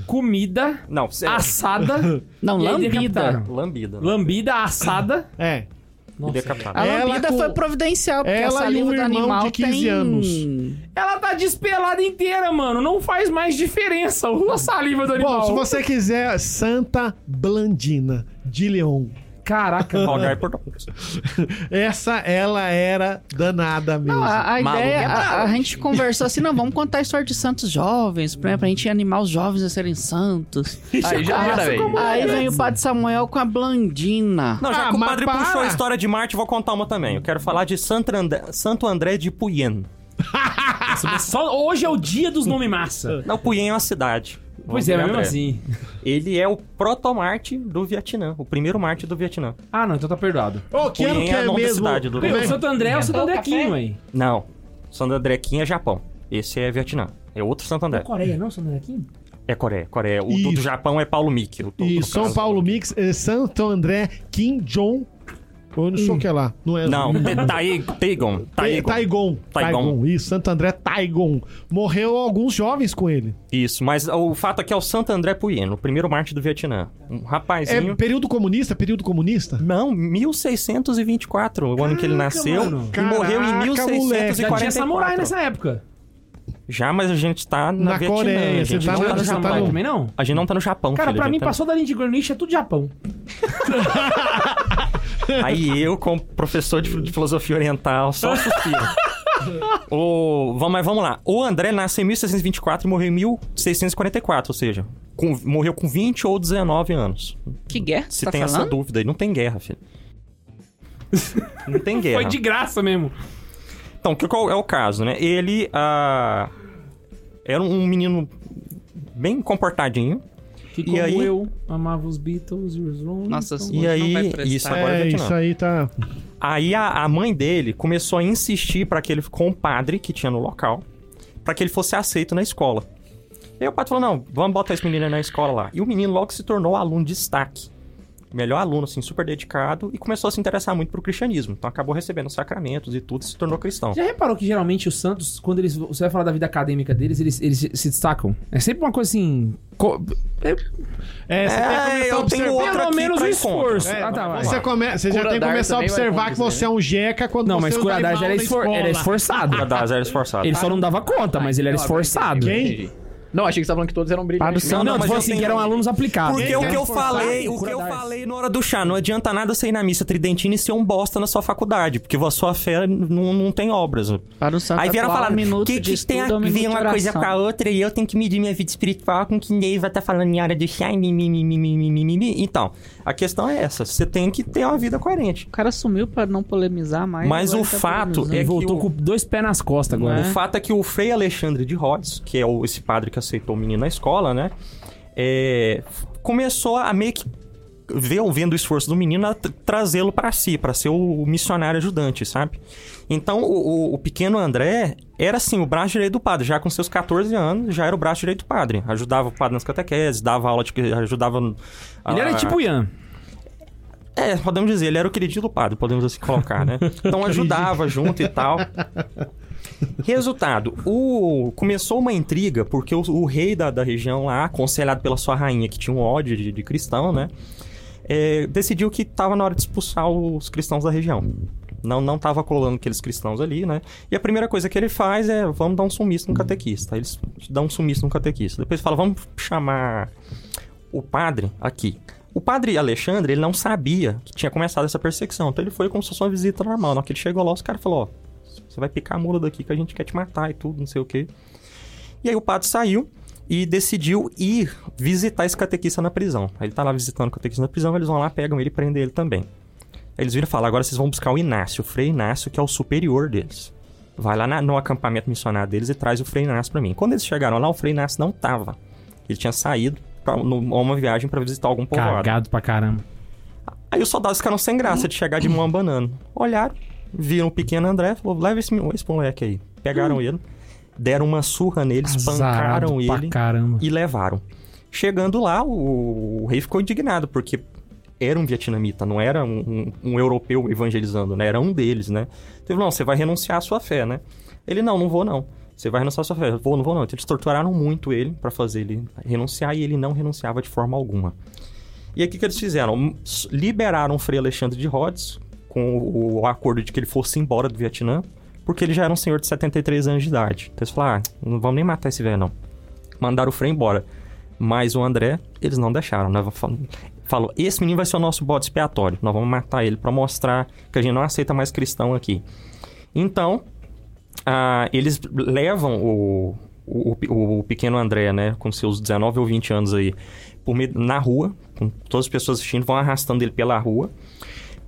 A: comida,
B: Não, sério.
A: assada,
C: Não,
A: E aí
C: lambida.
A: decapitaram.
B: Lambida. né?
A: lambida, assada.
D: É.
B: E decapitada.
C: A
D: Ela
C: lambida
D: com-
C: foi providencial, porque
D: Ela
C: a
D: e
C: saliva
D: um
C: do
D: irmão
C: animal
D: de 15
C: tem...
D: anos.
A: Ela tá despelada inteira, mano. Não faz mais diferença a saliva do animal.
D: Bom, se você quiser, Santa Blandina de Leon.
A: Caraca, mano.
B: Rogar por todos.
D: Essa ela era danada mesmo.
C: Não, a, a
B: Maluco é
C: ideia, a, a
B: bravo.
C: gente conversou assim, não, vamos contar a história de santos jovens, pra, pra gente animar os jovens a serem santos.
F: Aí já era, velho.
C: Aí vem o Padre Samuel com a Blandina.
B: Não, já
D: Ah,
B: que o
D: mas
B: padre
D: para.
B: puxou a história de Marte, eu vou contar uma também. Eu quero falar de Santo André, Santo André de Puyen.
A: Só hoje é o dia dos nomes massa.
B: Não, Puyen é uma cidade.
A: Pois é, mas mesmo
B: André.
A: assim.
B: Ele é o proto-Marte do Vietnã. O primeiro Marte do Vietnã.
A: Ah, não, então tá perdoado.
D: Ô, que ano
B: Punhém
D: que
B: é
D: é
B: nome da
D: mesmo?
B: cidade do
D: Como é
A: O
D: que-
A: Santo André é o
B: um
A: Santo André Kim, ué.
B: Não. Santo André Kim é Japão. Esse é Vietnã. É outro Santo
A: Não é
B: André.
A: Coreia, não, Santo André Kim?
B: É Coreia, Coreia. O
D: Isso.
B: do Japão é Paulo Miki. o do-
D: E
B: no
D: São
B: caso.
D: Paulo Mix, eh, Santo André, Kim Jong. Eu não sei o que é lá. Não é
B: Não, Taí- Taigon.
D: Taigon.
B: Taigon.
D: Taigon.
B: Taigon.
D: Isso, Santo André Taigon. Morreu alguns jovens com ele.
B: Isso, mas o fato é que é o Santo André Puyen, o primeiro Marte do Vietnã. Um rapazinho.
D: É período comunista? Período comunista?
B: Não, 1624, o ano que ele nasceu.
A: mano.
B: E
D: Caraca,
B: morreu em
D: moleque.
A: Já tinha
B: 1644.
A: samurai nessa época.
B: Já, mas a gente tá na,
D: Na
B: Vietnã.
D: Coreia,
B: a
D: você
B: gente
D: tá
B: não
D: na-
B: tá no
D: você tá
B: Japão.
A: Samurai
D: no-
A: também não?
B: A gente não tá no Japão,
A: Cara,
B: filho, a
A: pra
B: gente
A: mim
B: tá-
A: passou da linha de Greenwich, é tudo Japão.
B: Aí eu, como professor de, de filosofia oriental, só suspiro. o, vamos, mas vamos lá. O André nasceu em 1624 e morreu em 1644, ou seja, com- morreu com 20 ou 19 anos.
C: Que guerra
B: Se
C: você tá
B: tem essa
C: falando?
B: dúvida aí, não tem guerra, filho. Não tem guerra.
A: Foi de graça mesmo.
B: Então, que- qual é o caso, né? Ele ah, era um menino bem comportadinho.
A: Que
B: E
A: como
B: aí-
A: eu amava os Beatles e os Rolling
C: Nossa
A: Stones.
C: Hoje
B: E
C: não vai
B: aí,
C: prestar.
B: isso agora é
D: É,
B: Vietnã.
D: isso aí tá.
B: Aí a, a mãe dele começou a insistir pra que ele compadre que tinha no local, pra que ele fosse aceito na escola. E aí o padre falou: "Não, vamos botar esse menino aí na escola lá". E o menino logo se tornou aluno de destaque. Melhor aluno, assim, super dedicado, e começou a se interessar muito pro cristianismo. Então acabou recebendo sacramentos e tudo, e se tornou cristão.
A: Já reparou que geralmente os Santos, quando eles, você vai falar da vida acadêmica deles, eles, eles se destacam? É sempre uma coisa assim. co- é,
D: É, você tem que
B: É,
D: começar a
B: eu tenho
D: observar.
B: outro
A: Pelo
B: aqui
A: menos
B: pra
A: o
B: encontro.
A: esforço.
D: É,
A: Ah, tá, vai.
D: você come- você já
F: Cura
D: tem que
F: Dar
D: começar a
F: também vai né?
D: observar que
F: acontecer,
D: você é um jeca quando
A: Não,
D: você
A: mas
D: vai
A: Curadagem
D: mal
A: era,
D: na
A: esfor- era
D: escola.
A: esforçado.
B: Pra dar zero esforçado.
A: Tá, Ele só não dava conta, mas ele era esforçado. Então, tipo
D: Quem?
F: Entendi. Não, achei que você tava falando que todos eram
G: Para o
F: brilhantes.
G: Sandro,
B: Não, não, mas
G: você
B: assim,
G: eram alunos aplicados.
B: Porque
D: Ele
B: o
D: quer
B: que eu
D: forçar
B: falei,
D: o
B: o que eu
D: Crodais.
B: falei na hora do chá, não adianta nada você ir na missa tridentina e ser um bosta na sua faculdade, porque a sua fé não, não tem obras.
C: Para o santo
B: Aí vieram
C: atual,
B: falar,
C: um minuto
B: o que,
C: de
B: que tem a
C: estudo é um minuto
B: ver
C: de
B: uma coisa
C: oração."
B: com a outra e eu tenho que medir minha vida espiritual com o que ninguém vai estar falando em hora do chá e mimimi. Então, a questão é essa, você tem que ter uma vida coerente.
C: O cara sumiu pra não polemizar mais.
B: Mas
C: agora
B: o
C: tá
B: fato
C: polemizando.
B: é
A: Ele
B: que
A: voltou
B: o-
A: com dois pés nas costas agora. né?
B: O fato é que o Frei Alexandre de Rhodes, que é o- esse padre que aceitou o menino na escola, né? é, f- começou a meio que ver, vendo o esforço do menino a tr- trazê-lo para si, para ser o, o missionário ajudante, sabe? Então, o, o- o pequeno André era assim, o braço direito do padre. Já com seus 14 anos, já era o braço direito do padre. Ajudava o padre nas catequeses, dava aula de que ajudava. no-
A: Ele
B: a-
A: era tipo o Ian.
B: é, podemos dizer, ele era o queridinho do padre, podemos assim colocar, né? Então ajudava junto e tal. Resultado, o... começou uma intriga, porque o, o rei da, da região lá, aconselhado pela sua rainha, que tinha um ódio de, de cristão, né? É, decidiu que tava na hora de expulsar os cristãos da região. Não, não tava colando aqueles cristãos ali, né? E a primeira coisa que ele faz é, vamos dar um sumiço no catequista. Aí Eles dão um sumiço no catequista. Depois fala, vamos chamar o padre aqui. O padre Alexandre, ele não sabia que tinha começado essa perseguição. Então ele foi como se fosse uma visita normal. Na hora que ele chegou lá, os caras falaram, ó, você vai picar a mula daqui que a gente quer te matar e tudo, não sei o quê. E aí o padre saiu e decidiu ir visitar esse catequista na prisão. Aí ele tá lá visitando o catequista na prisão, eles vão lá, pegam ele e prendem ele também. Aí eles viram e falam, agora vocês vão buscar o Inácio, o Frei Inácio, que é o superior deles. Vai lá na- no acampamento missionário deles e traz o Frei Inácio pra mim. Quando eles chegaram lá, o Frei Inácio não tava. Ele tinha saído pra num- uma viagem pra visitar algum povoado.
A: Cagado pra caramba.
B: Aí os soldados ficaram sem graça de chegar de mão banana. Olharam, viram o pequeno André, falou: leva esse, mo- esse moleque aí. Pegaram ele, deram uma surra nele,
A: Azarado
B: espancaram
A: pra
B: ele
A: caramba.
B: e levaram. Chegando lá, o, o rei ficou indignado, porque era um vietnamita, não era um, um- um europeu evangelizando, né? Era um deles, né? Ele falou, não, você vai renunciar à sua fé, né? Ele, não, não vou não. Você vai renunciar à sua fé. Vou, não vou não. Então, eles torturaram muito ele pra fazer ele renunciar e ele não renunciava de forma alguma. E aí o que, que eles fizeram? S- Liberaram o Frei Alexandre de Rhodes com o, o acordo de que ele fosse embora do Vietnã, porque ele já era um senhor de 73 anos de idade. Então eles falaram, ah, não vamos nem matar esse velho não mandaram o Frei embora. Mas o André, eles não deixaram. Né? Fal- Falou, esse menino vai ser o nosso bode expiatório. Nós vamos matar ele pra mostrar que a gente não aceita mais cristão aqui. Então, ah, eles levam o, o, o- o pequeno André, né, com seus 19 ou 20 anos aí, por meio- na rua, com todas as pessoas assistindo, vão arrastando ele pela rua,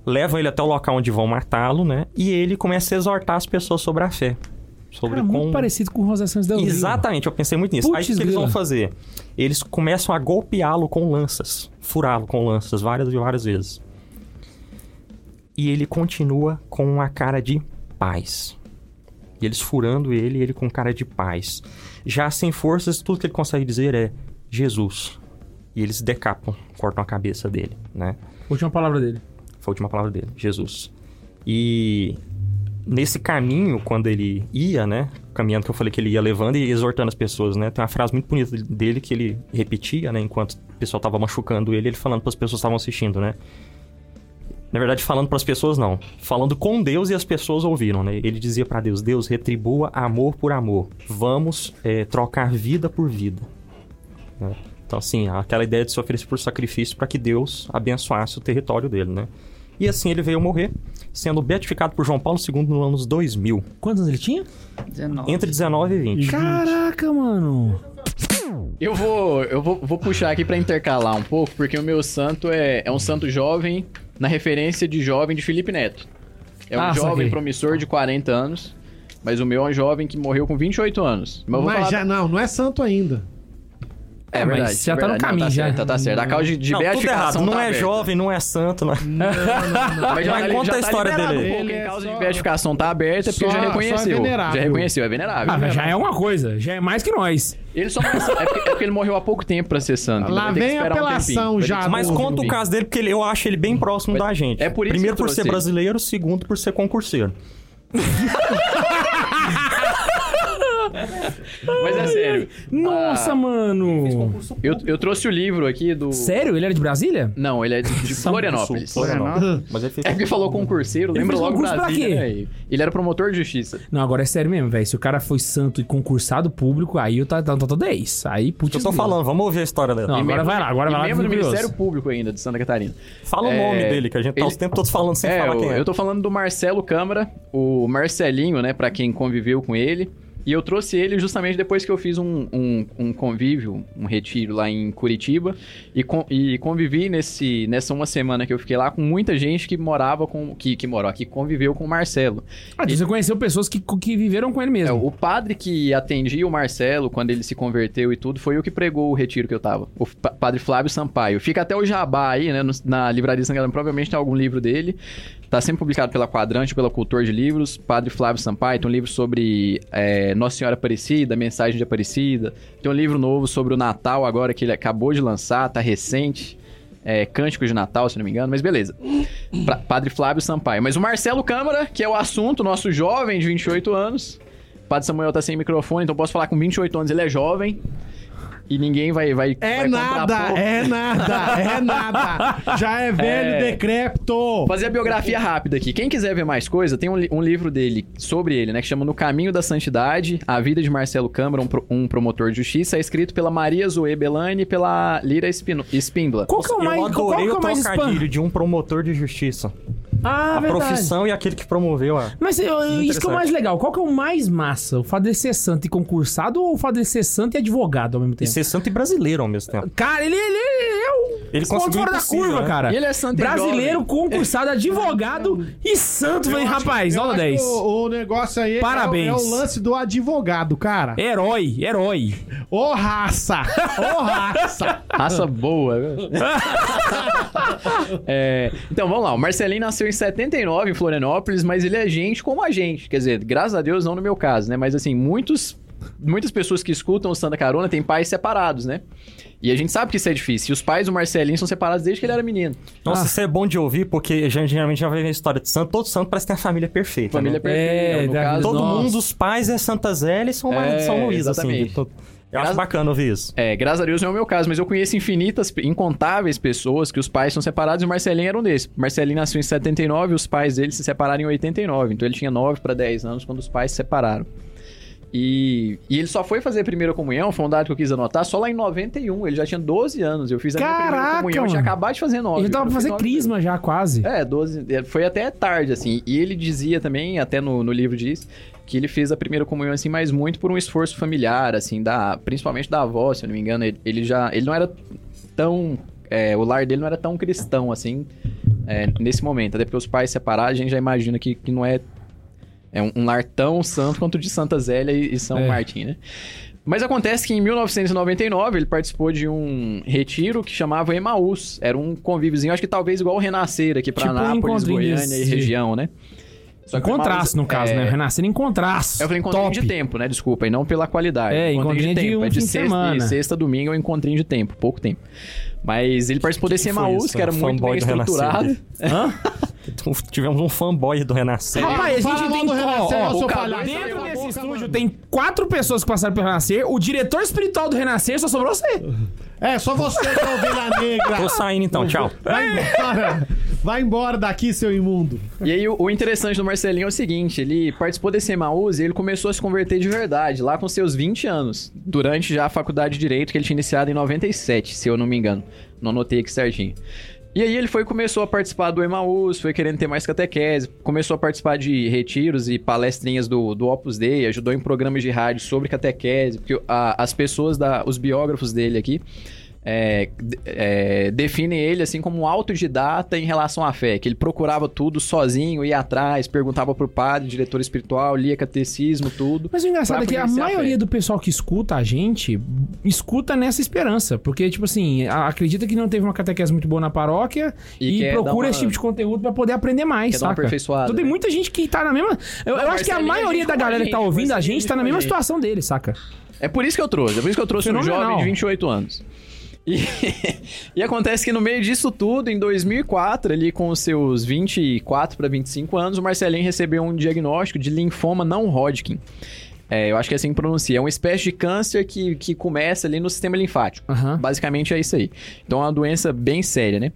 B: levam ele até o local onde vão matá-lo, né, e ele começa a exortar as pessoas sobre a fé. Sobre
A: Cara, muito
B: como-
A: parecido com o Rosa Santos da Oliva.
B: Exatamente, eu pensei muito nisso. Aí o que
A: Putz,
B: que eles vão
A: grila.
B: fazer? Eles começam a golpeá-lo com lanças, furá-lo com lanças várias e várias vezes. E ele continua com uma cara de paz. E eles furando ele, ele com cara de paz. Já sem forças, tudo que ele consegue dizer é Jesus. E eles decapam, cortam a cabeça dele, né?
A: Última palavra dele.
B: Foi a última palavra dele, Jesus. E nesse caminho, quando ele ia, né? Caminhando que eu falei que ele ia levando e exortando as pessoas, né? Tem uma frase muito bonita dele que ele repetia, né? Enquanto o pessoal tava machucando ele, ele falando para as pessoas que estavam assistindo, né? Na verdade, falando para as pessoas não, falando com Deus e as pessoas ouviram, né? Ele dizia para Deus: Deus retribua amor por amor. Vamos eh, trocar vida por vida. né? Então, assim, aquela ideia de se oferecer por sacrifício para que Deus abençoasse o território dele, né? E assim ele veio morrer, sendo beatificado por João Paulo II no anos 2000,
A: Quantos ele tinha?
C: 19.
B: entre 19 e 20.
A: Caraca, mano.
F: Eu vou, eu vou, vou puxar aqui pra intercalar um pouco, porque o meu santo é, é um santo jovem, na referência de jovem de Felipe Neto. É um
A: Ah,
F: jovem
A: saquei.
F: promissor de 40 anos, mas o meu é um jovem que morreu com 28 anos. Mas, eu vou
D: Mas
F: falar...
D: já não, não é santo ainda.
F: É,
A: mas já tá no
F: verdade. Não,
A: caminho, já.
F: Certo, tá, tá certo. A causa de, de
B: não, tudo errado.
F: beatificação
B: Não
F: tá
B: é
F: aberta.
B: jovem, não é santo. Não... é-
F: Mas, já,
B: Mas
F: ele
B: conta
F: já
B: a
F: tá
B: história
F: liberado
B: dele.
F: um pouco,
D: Ele
F: em
D: é
F: causa
D: só-
F: de beatificação tá aberta, porque
D: Só-
F: já
D: só é
F: reconheceu. já
D: venerável.
F: reconheceu, é venerável.
A: Ah, mas já é alguma coisa. Já é mais que nós.
B: Ah,
F: Ele só não é, santo, é porque, é porque ele morreu há pouco tempo pra ser santo. Ele
D: Lá
F: vai ter que
D: vem a
F: esperar um
D: apelação
F: tempinho. Vai ter
D: já,
F: que-
B: Mas
D: Não,
B: conta o
D: não.
B: caso dele, porque ele- eu acho ele bem próximo da gente.
F: é por isso
B: Primeiro
F: que eu
B: por ser
F: trouxe ele.
B: brasileiro, segundo por ser concurseiro.
F: Mas é sério.
A: Nossa,
F: Ah,
A: mano.
F: Eu, eu trouxe o livro aqui do.
A: Sério? Ele era de Brasília?
F: Não, ele é de, de Florianópolis.
B: Sul, Florianópolis. Mas ele fez
F: É porque falou concurseiro,
A: Ele
F: lembra
A: fez
F: logo
A: concurso pra
F: Brasília,
A: quê?
F: né? E Ele era promotor de justiça.
A: Não, agora é sério mesmo, velho. Se o cara foi santo e concursado público, aí eu tá dando 10. Aí, putz.
B: Eu tô falando, vamos ouvir a história dela.
A: Não,
F: E
A: agora
F: membro-
A: vai lá, agora
F: e
A: vai lá,
F: membro do
A: fico curioso.
F: Ministério Público ainda, de Santa Catarina.
B: Fala o
F: É,
B: nome dele, que a gente tá
F: ele-
B: os tempos todos falando sem
F: é,
B: falar
F: eu,
B: quem é.
F: eu tô falando do Marcelo Câmara, o Marcelinho, né, pra quem conviveu com ele. E eu trouxe ele justamente depois que eu fiz um, um, um convívio, um retiro lá em Curitiba. E, con- e convivi nesse, nessa uma semana que eu fiquei lá com muita gente que morava com. que, que morou, que conviveu com o Marcelo.
A: Ah, então você conheceu pessoas que, que viveram com ele
F: É,
A: mesmo.
F: o padre que atendia o Marcelo quando ele se converteu e tudo foi o que pregou o retiro que eu tava. O pa- padre Flávio Sampaio. Fica até o jabá aí, né? no- na livraria Sangana, provavelmente tem algum livro dele. Tá sempre publicado pela Quadrante, pela Cultor de Livros. Padre Flávio Sampaio. Tem um livro sobre é, Nossa Senhora Aparecida, Mensagem de Aparecida. Tem um livro novo sobre o Natal agora que ele acabou de lançar, tá recente. É, Cântico de Natal, se não me engano, mas beleza. Pra- Padre Flávio Sampaio. Mas o Marcelo Câmara, que é o assunto, nosso jovem de 28 anos. O Padre Samuel tá sem microfone, então posso falar com 28 anos, ele é jovem. E ninguém vai. vai
D: É
F: vai
D: nada,
F: contrapor.
D: é nada, é nada. Já é velho, decrépito.
F: Fazer a biografia rápida aqui. Quem quiser ver mais coisa, tem um, li- um livro dele sobre ele, né? Que chama No Caminho da Santidade, A Vida de Marcelo Câmara, um, pro- um promotor de justiça. É escrito pela Maria Zoe Belani e pela Lira Espino- Espíndola.
A: Qual que é o mais,
B: Eu
A: qual que
B: adorei
A: é
B: o
A: o mais espan...
B: trocadilho de um promotor de justiça.
A: Ah,
B: a
A: verdade.
B: profissão e aquele que promoveu a...
A: Mas eu- eu- isso que é o
B: Interessante.
A: mais legal. Qual que é o mais massa? O fato de ser santo e concursado ou o fato de ser santo e advogado ao mesmo
B: E
A: tempo?
B: ser santo e brasileiro ao mesmo tempo.
A: Cara, ele, ele, ele é o
B: Ele
A: ponto
B: conseguiu
A: fora da
B: impossível,
A: curva,
B: né?
A: cara.
F: E ele é santo e
A: Brasileiro,
F: jovem.
A: concursado,
B: É.
A: advogado e santo, velho, rapaz.
D: Eu
A: Nota
D: acho
A: 10.
D: que O, o negócio aí é-
A: Parabéns.
D: É, o lance do advogado, cara.
A: Herói, herói.
D: Ô raça! Ô raça!
F: Raça boa. né? É, então vamos lá. O Marcelinho nasceu em 79 em Florianópolis, mas ele é gente como a gente. Quer dizer, graças a Deus, não no meu caso, né? Mas assim, muitos, muitas pessoas que escutam o Santa Carona têm pais separados, né? E a gente sabe que isso é difícil. E os pais do Marcelinho são separados desde que ele era menino.
B: Nossa, isso é bom de ouvir, porque já- geralmente já vem a história de santo. Todo santo parece ter a família perfeita.
F: Família
B: né?
F: perfeita.
A: É,
F: no
A: da-
F: caso,
B: Todo
F: nós.
B: mundo, os pais é Santa Zélia e São,
F: É,
B: é, São Luís, assim.
F: exatamente.
B: de todo- Eu
F: Graças-
B: acho bacana ouvir isso.
F: É, graças a Deus não é o meu caso, mas eu conheço infinitas, incontáveis pessoas que os pais são separados e o Marcelinho era um desses. O Marcelinho nasceu em 79 e os pais dele se separaram em 89. Então ele tinha 9 para 10 anos quando os pais se separaram. E, e ele só foi fazer a primeira comunhão, foi um dado que eu quis anotar, só lá em 91. Ele já tinha 12 anos. Eu fiz a minha primeira
A: Caraca,
F: comunhão, eu tinha
A: mano.
F: acabado de fazer 9.
A: Ele tava pra fazer crisma já, quase.
F: É, 12. é, Foi até tarde, assim. E ele dizia também, até no, no livro diz, que ele fez a primeira comunhão, assim, mas muito por um esforço familiar, assim, da, principalmente da avó, se eu não me engano. Ele, ele já. Ele não era tão. é, o lar dele não era tão cristão, assim, é, nesse momento. Até porque os pais separados, a gente já imagina que, que não é. É um, um lar tão santo quanto o de Santa Zélia e, e São
A: É.
F: Martim, né? Mas acontece que em 1999 ele participou de um retiro que chamava Emaús. Era um convíviozinho, acho que talvez igual o Renascer aqui pra
A: Tipo um
F: Anápolis,
A: encontrinho
F: Goiânia e
A: desse-
F: região, né? Só
A: Em
F: que o Emaús,
A: contraste, no caso,
F: é,
A: né? Renascer em contraste.
F: Eu falei É um encontrinho
A: Top.
F: de tempo, né? Desculpa, e não pela qualidade.
A: É, encontrinho de um
F: é de
A: fim de
F: sexta,
A: semana.
F: de sexta, domingo é um encontrinho de tempo, pouco tempo. Mas ele participou desse
B: que foi
F: Emaús,
B: isso?
F: que era
B: Um
F: muito
B: fanboy
F: bem
B: do Renascer.
F: estruturado.
A: Hã?
B: Tivemos um fanboy do
F: É.
B: Renascer.
A: Rapaz, a
D: Fala
A: gente
D: mal
A: tem...
D: do Renascer,
A: ó, ó,
D: eu sou
F: o é cara
D: palhaço.
F: dentro
A: Dentro
D: Cala a
A: desse
D: boca,
A: estúdio
D: mano.
A: tem quatro pessoas que passaram pelo Renascer, o diretor espiritual do Renascer só sobrou você.
D: É, só você que é ovelha negra.
B: Tô saindo então, tchau.
D: Vai embora. Vai embora daqui, seu imundo.
F: E aí, o, o interessante do Marcelinho é o seguinte: ele participou desse Emaús e ele começou a se converter de verdade, lá com seus 20 anos, durante já a faculdade de Direito que ele tinha iniciado em 97, se eu não me engano. Não anotei aqui certinho. E aí ele foi começou a participar do Emaús, foi querendo ter mais catequese, começou a participar de retiros e palestrinhas do, do Opus Dei, ajudou em programas de rádio sobre catequese, porque a- as pessoas, da, os biógrafos dele aqui, é, de- é, definem ele assim como um autodidata em relação à fé, que ele procurava tudo sozinho, ia atrás, perguntava pro padre, diretor espiritual, lia catecismo, tudo.
A: Mas o engraçado
F: Pra
A: é que a
F: conhecer a
A: maioria
F: fé.
A: do pessoal que escuta a gente escuta nessa esperança. Porque, tipo assim, a- acredita que não teve uma catequese muito boa na paróquia
F: E
A: e,
F: quer dar
A: procura
F: uma-
A: esse tipo de conteúdo pra poder aprender mais,
F: Quer dar uma
A: saca?
F: aperfeiçoada,
A: Então tem
F: né?
A: muita gente que tá na mesma. Eu,
F: Não,
A: eu acho que a
F: Marcelinho é
A: maioria
F: gente
A: da
F: como a
A: galera que tá
F: gente,
A: ouvindo a
F: Marcelinho é
A: gente tá na
F: gente
A: mesma
F: como a gente.
A: situação dele, saca?
F: É por isso que eu trouxe, é por isso que eu trouxe um
A: Fenomenal.
F: jovem de 28 anos. E, e acontece que no meio disso tudo, em 2004, ali com os seus 24 para 25 anos, o Marcelinho recebeu um diagnóstico de linfoma não Hodgkin. É, eu acho que é assim que pronuncia. É uma espécie de câncer que, que começa ali no sistema linfático.
A: Aham.
F: Basicamente é isso aí. Então é uma doença bem séria, né?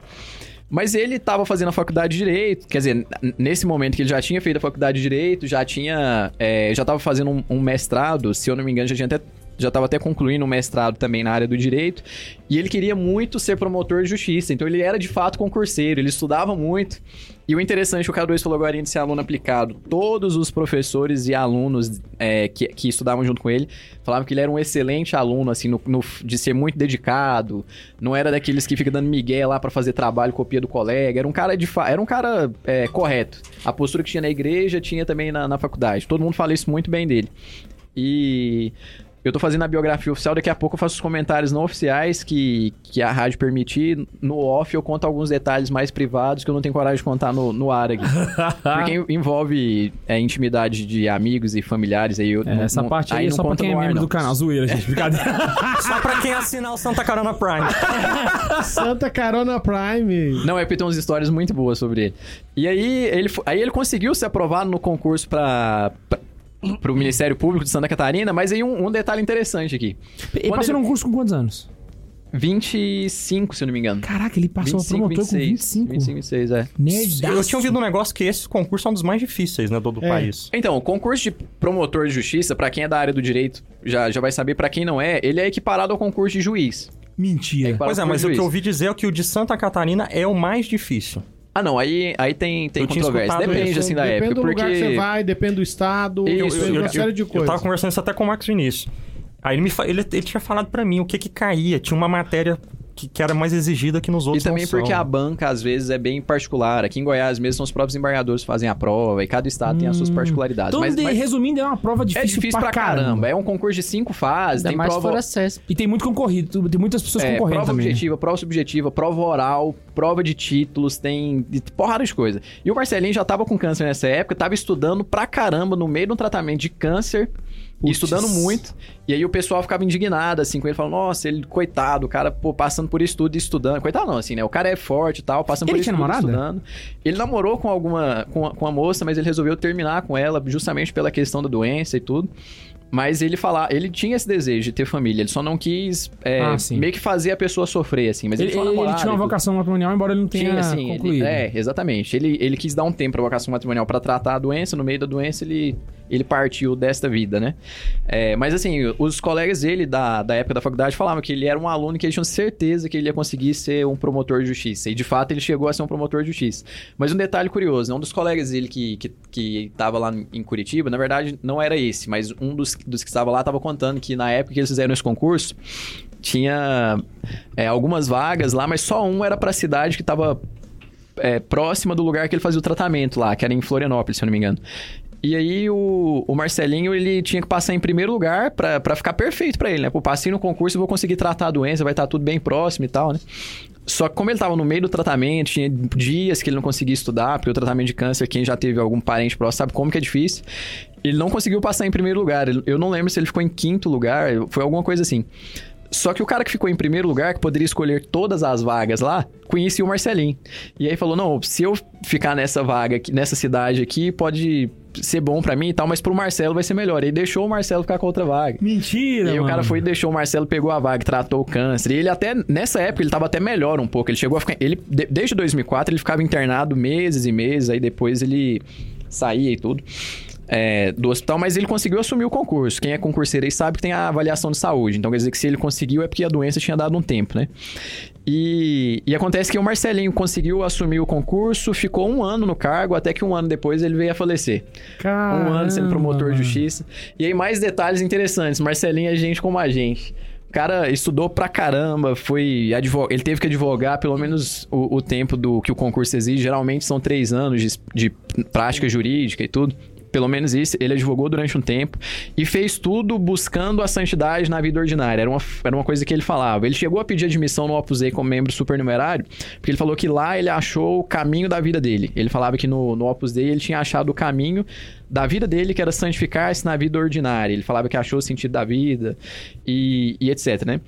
F: Mas ele estava fazendo a faculdade de Direito, quer dizer, n- nesse momento que ele já tinha feito a faculdade de Direito, já tinha. é, já estava fazendo um, um mestrado, se eu não me engano, já tinha até. Já estava até concluindo um mestrado também na área do direito. E ele queria muito ser promotor de justiça. Então ele era de fato concurseiro, ele estudava muito. E o interessante, é o K2 falou agora de ser aluno aplicado. Todos os professores e alunos é, que, que estudavam junto com ele falavam que ele era um excelente aluno, assim, no- no- de ser muito dedicado, não era daqueles que fica dando migué lá pra fazer trabalho, copia do colega. Era um cara de fa... era um cara é, correto. A postura que tinha na igreja tinha também na, na faculdade. Todo mundo fala isso muito bem dele. E eu tô fazendo a biografia oficial, daqui a pouco eu faço os comentários não oficiais que, que a rádio permitir. No off eu conto alguns detalhes mais privados que eu não tenho coragem de contar no, no ar aqui.
G: Tá.
F: Porque envolve é, intimidade de amigos e familiares aí. eu
G: É,
F: não-
G: essa
F: não-
G: parte aí é
F: não
G: só pra
F: conta
G: quem é
F: no ar,
G: membro
F: não.
G: do canal. Zoeira, gente. Brincadeira.
B: Só pra quem assinar o Santa Carona Prime.
D: Santa Carona Prime.
F: Não, é porque tem umas histórias muito boas sobre ele. E aí ele, fo- aí ele conseguiu ser aprovado no concurso para pro Ministério Público de Santa Catarina, mas aí um, um detalhe interessante aqui.
A: Ele
F: Quando
A: passou
F: ele-
A: num curso com quantos anos?
F: 25, se eu não me engano.
G: Caraca, ele passou a
F: 25,
G: promotor
F: 26.
G: com 25.
F: 25, 26, é.
G: Nerd.
B: Eu tinha ouvido um negócio que esse concurso é um dos mais difíceis, né, do, do
D: É.
B: país.
F: Então, o concurso de promotor de justiça, pra quem é da área do direito, já, já vai saber, pra quem não é, ele é equiparado ao concurso de juiz. É
G: Mentira.
F: equiparado
B: Pois é,
F: ao
B: mas o que
F: juiz.
B: eu ouvi dizer é que o de Santa Catarina é o mais difícil.
F: Ah, não, aí, aí tem, tem
B: Eu tinha
F: controvérsia.
B: escutado
F: Depende,
B: isso.
F: assim, da
D: depende
F: época.
D: do
F: porque...
D: lugar que você vai, depende do estado,
F: Isso,
D: depende de
B: eu-
D: uma série de
B: Eu
D: coisas.
B: tava conversando isso até com o Marcos Vinícius. Aí ele, me, fa- ele, ele tinha falado pra mim o que que caía. Tinha uma matéria que, que era mais exigida que nos
F: E
B: outros
F: também
B: não são.
F: porque a banca, às vezes, é bem particular. Aqui em Goiás mesmo, são os próprios embargadores que fazem a prova e cada estado tem as suas particularidades.
A: Então,
F: mas
A: de-
F: mas
A: resumindo, é uma prova difícil,
F: é difícil pra caramba. É um concurso de cinco fases,
C: Ainda
F: tem
C: mais
F: prova...
C: for acesso.
A: E tem muito concorrido, tem muitas pessoas
F: É,
A: concorrendo
F: prova
A: também. né?
F: objetiva, prova subjetiva, prova oral, prova de títulos, tem de- porrada de coisa. E o Marcelinho já tava com câncer nessa época, tava estudando pra caramba no meio de um tratamento de câncer, e estudando muito. E aí o pessoal ficava indignado, assim, com ele, falando, nossa, ele, coitado, o cara, pô, passando por isso tudo e estudando. Coitado não, assim, né? O cara é forte e tal, passando
A: Ele
F: por isso
A: tinha
F: tudo
A: namorada?
F: estudando. Ele namorou com alguma, com, a- com a moça, mas ele resolveu terminar com ela justamente pela questão da doença e tudo. Mas ele falar, ele tinha esse desejo de ter família, ele só não quis é,
A: Ah, sim.
F: meio que fazer a pessoa sofrer, assim. Mas ele,
A: Ele,
F: tinha uma
A: ele
F: namorada
A: tinha
F: e
A: uma
F: tudo.
A: vocação matrimonial, embora ele não tenha
F: Tinha, assim, ele-
A: concluído.
F: é, exatamente. Ele, ele quis dar um tempo pra vocação matrimonial pra tratar a doença, no meio da doença ele, ele partiu desta vida, né? É, mas assim, os colegas dele da, da época da faculdade falavam que ele era um aluno que eles tinham certeza que ele ia conseguir ser um promotor de justiça. E de fato ele chegou a ser um promotor de justiça. Mas um detalhe curioso, né? um dos colegas dele que, que, que tava lá em Curitiba, na verdade não era esse, mas um dos, dos que estava lá estava contando que na época que eles fizeram esse concurso, tinha é, algumas vagas lá, mas só um era para a cidade que estava próxima do lugar que ele fazia o tratamento lá, que era em Florianópolis, se eu não me engano. E aí o, o Marcelinho, ele tinha que passar em primeiro lugar pra pra ficar perfeito pra ele, né? Pô, passei no concurso, eu vou conseguir tratar a doença, vai estar tudo bem próximo e tal, né? Só que como ele tava no meio do tratamento, tinha dias que ele não conseguia estudar, porque o tratamento de câncer, quem já teve algum parente próximo sabe como que é difícil. Ele não conseguiu passar em primeiro lugar. Ele- Eu não lembro se ele ficou em quinto lugar, foi alguma coisa assim. Só que o cara que ficou em primeiro lugar, que poderia escolher todas as vagas lá, conhecia o Marcelinho. E aí falou: não, se eu ficar nessa vaga, aqui, nessa cidade aqui, pode ser bom pra mim e tal, mas pro Marcelo vai ser melhor. E aí deixou o Marcelo ficar com a outra vaga.
A: Mentira,
F: E aí o
A: mano.
F: cara foi um e deixou o Marcelo, pegou a vaga, tratou o câncer. E ele até, nessa época, ele tava até melhor um pouco. Ele chegou a ficar. Ele, de- desde 2004, ele ficava internado meses e meses, aí depois ele saía e tudo. é, do hospital, mas ele conseguiu assumir o concurso. Quem é concurseiro aí sabe que tem a avaliação de saúde. Então quer dizer que se ele conseguiu é porque a doença tinha dado um tempo, né? E, e acontece que o Marcelinho conseguiu assumir o concurso, ficou um ano no cargo, até que um ano depois ele veio a falecer. Um ano sendo promotor de justiça. E aí, mais detalhes interessantes. Marcelinho é gente como a gente. O cara estudou pra caramba, foi advo- ele teve que advogar pelo menos o, o tempo do que o concurso exige. Geralmente são três anos de, de prática jurídica e tudo. Pelo menos isso, ele advogou durante um tempo e fez tudo buscando a santidade na vida ordinária. Era uma, era uma coisa que ele falava. Ele chegou a pedir admissão no Opus Dei como membro supernumerário, porque ele falou que lá ele achou o caminho da vida dele. Ele falava que no, no Opus Dei ele tinha achado o caminho da vida dele, que era santificar-se na vida ordinária. Ele falava que achou o sentido da vida e, e etc, né?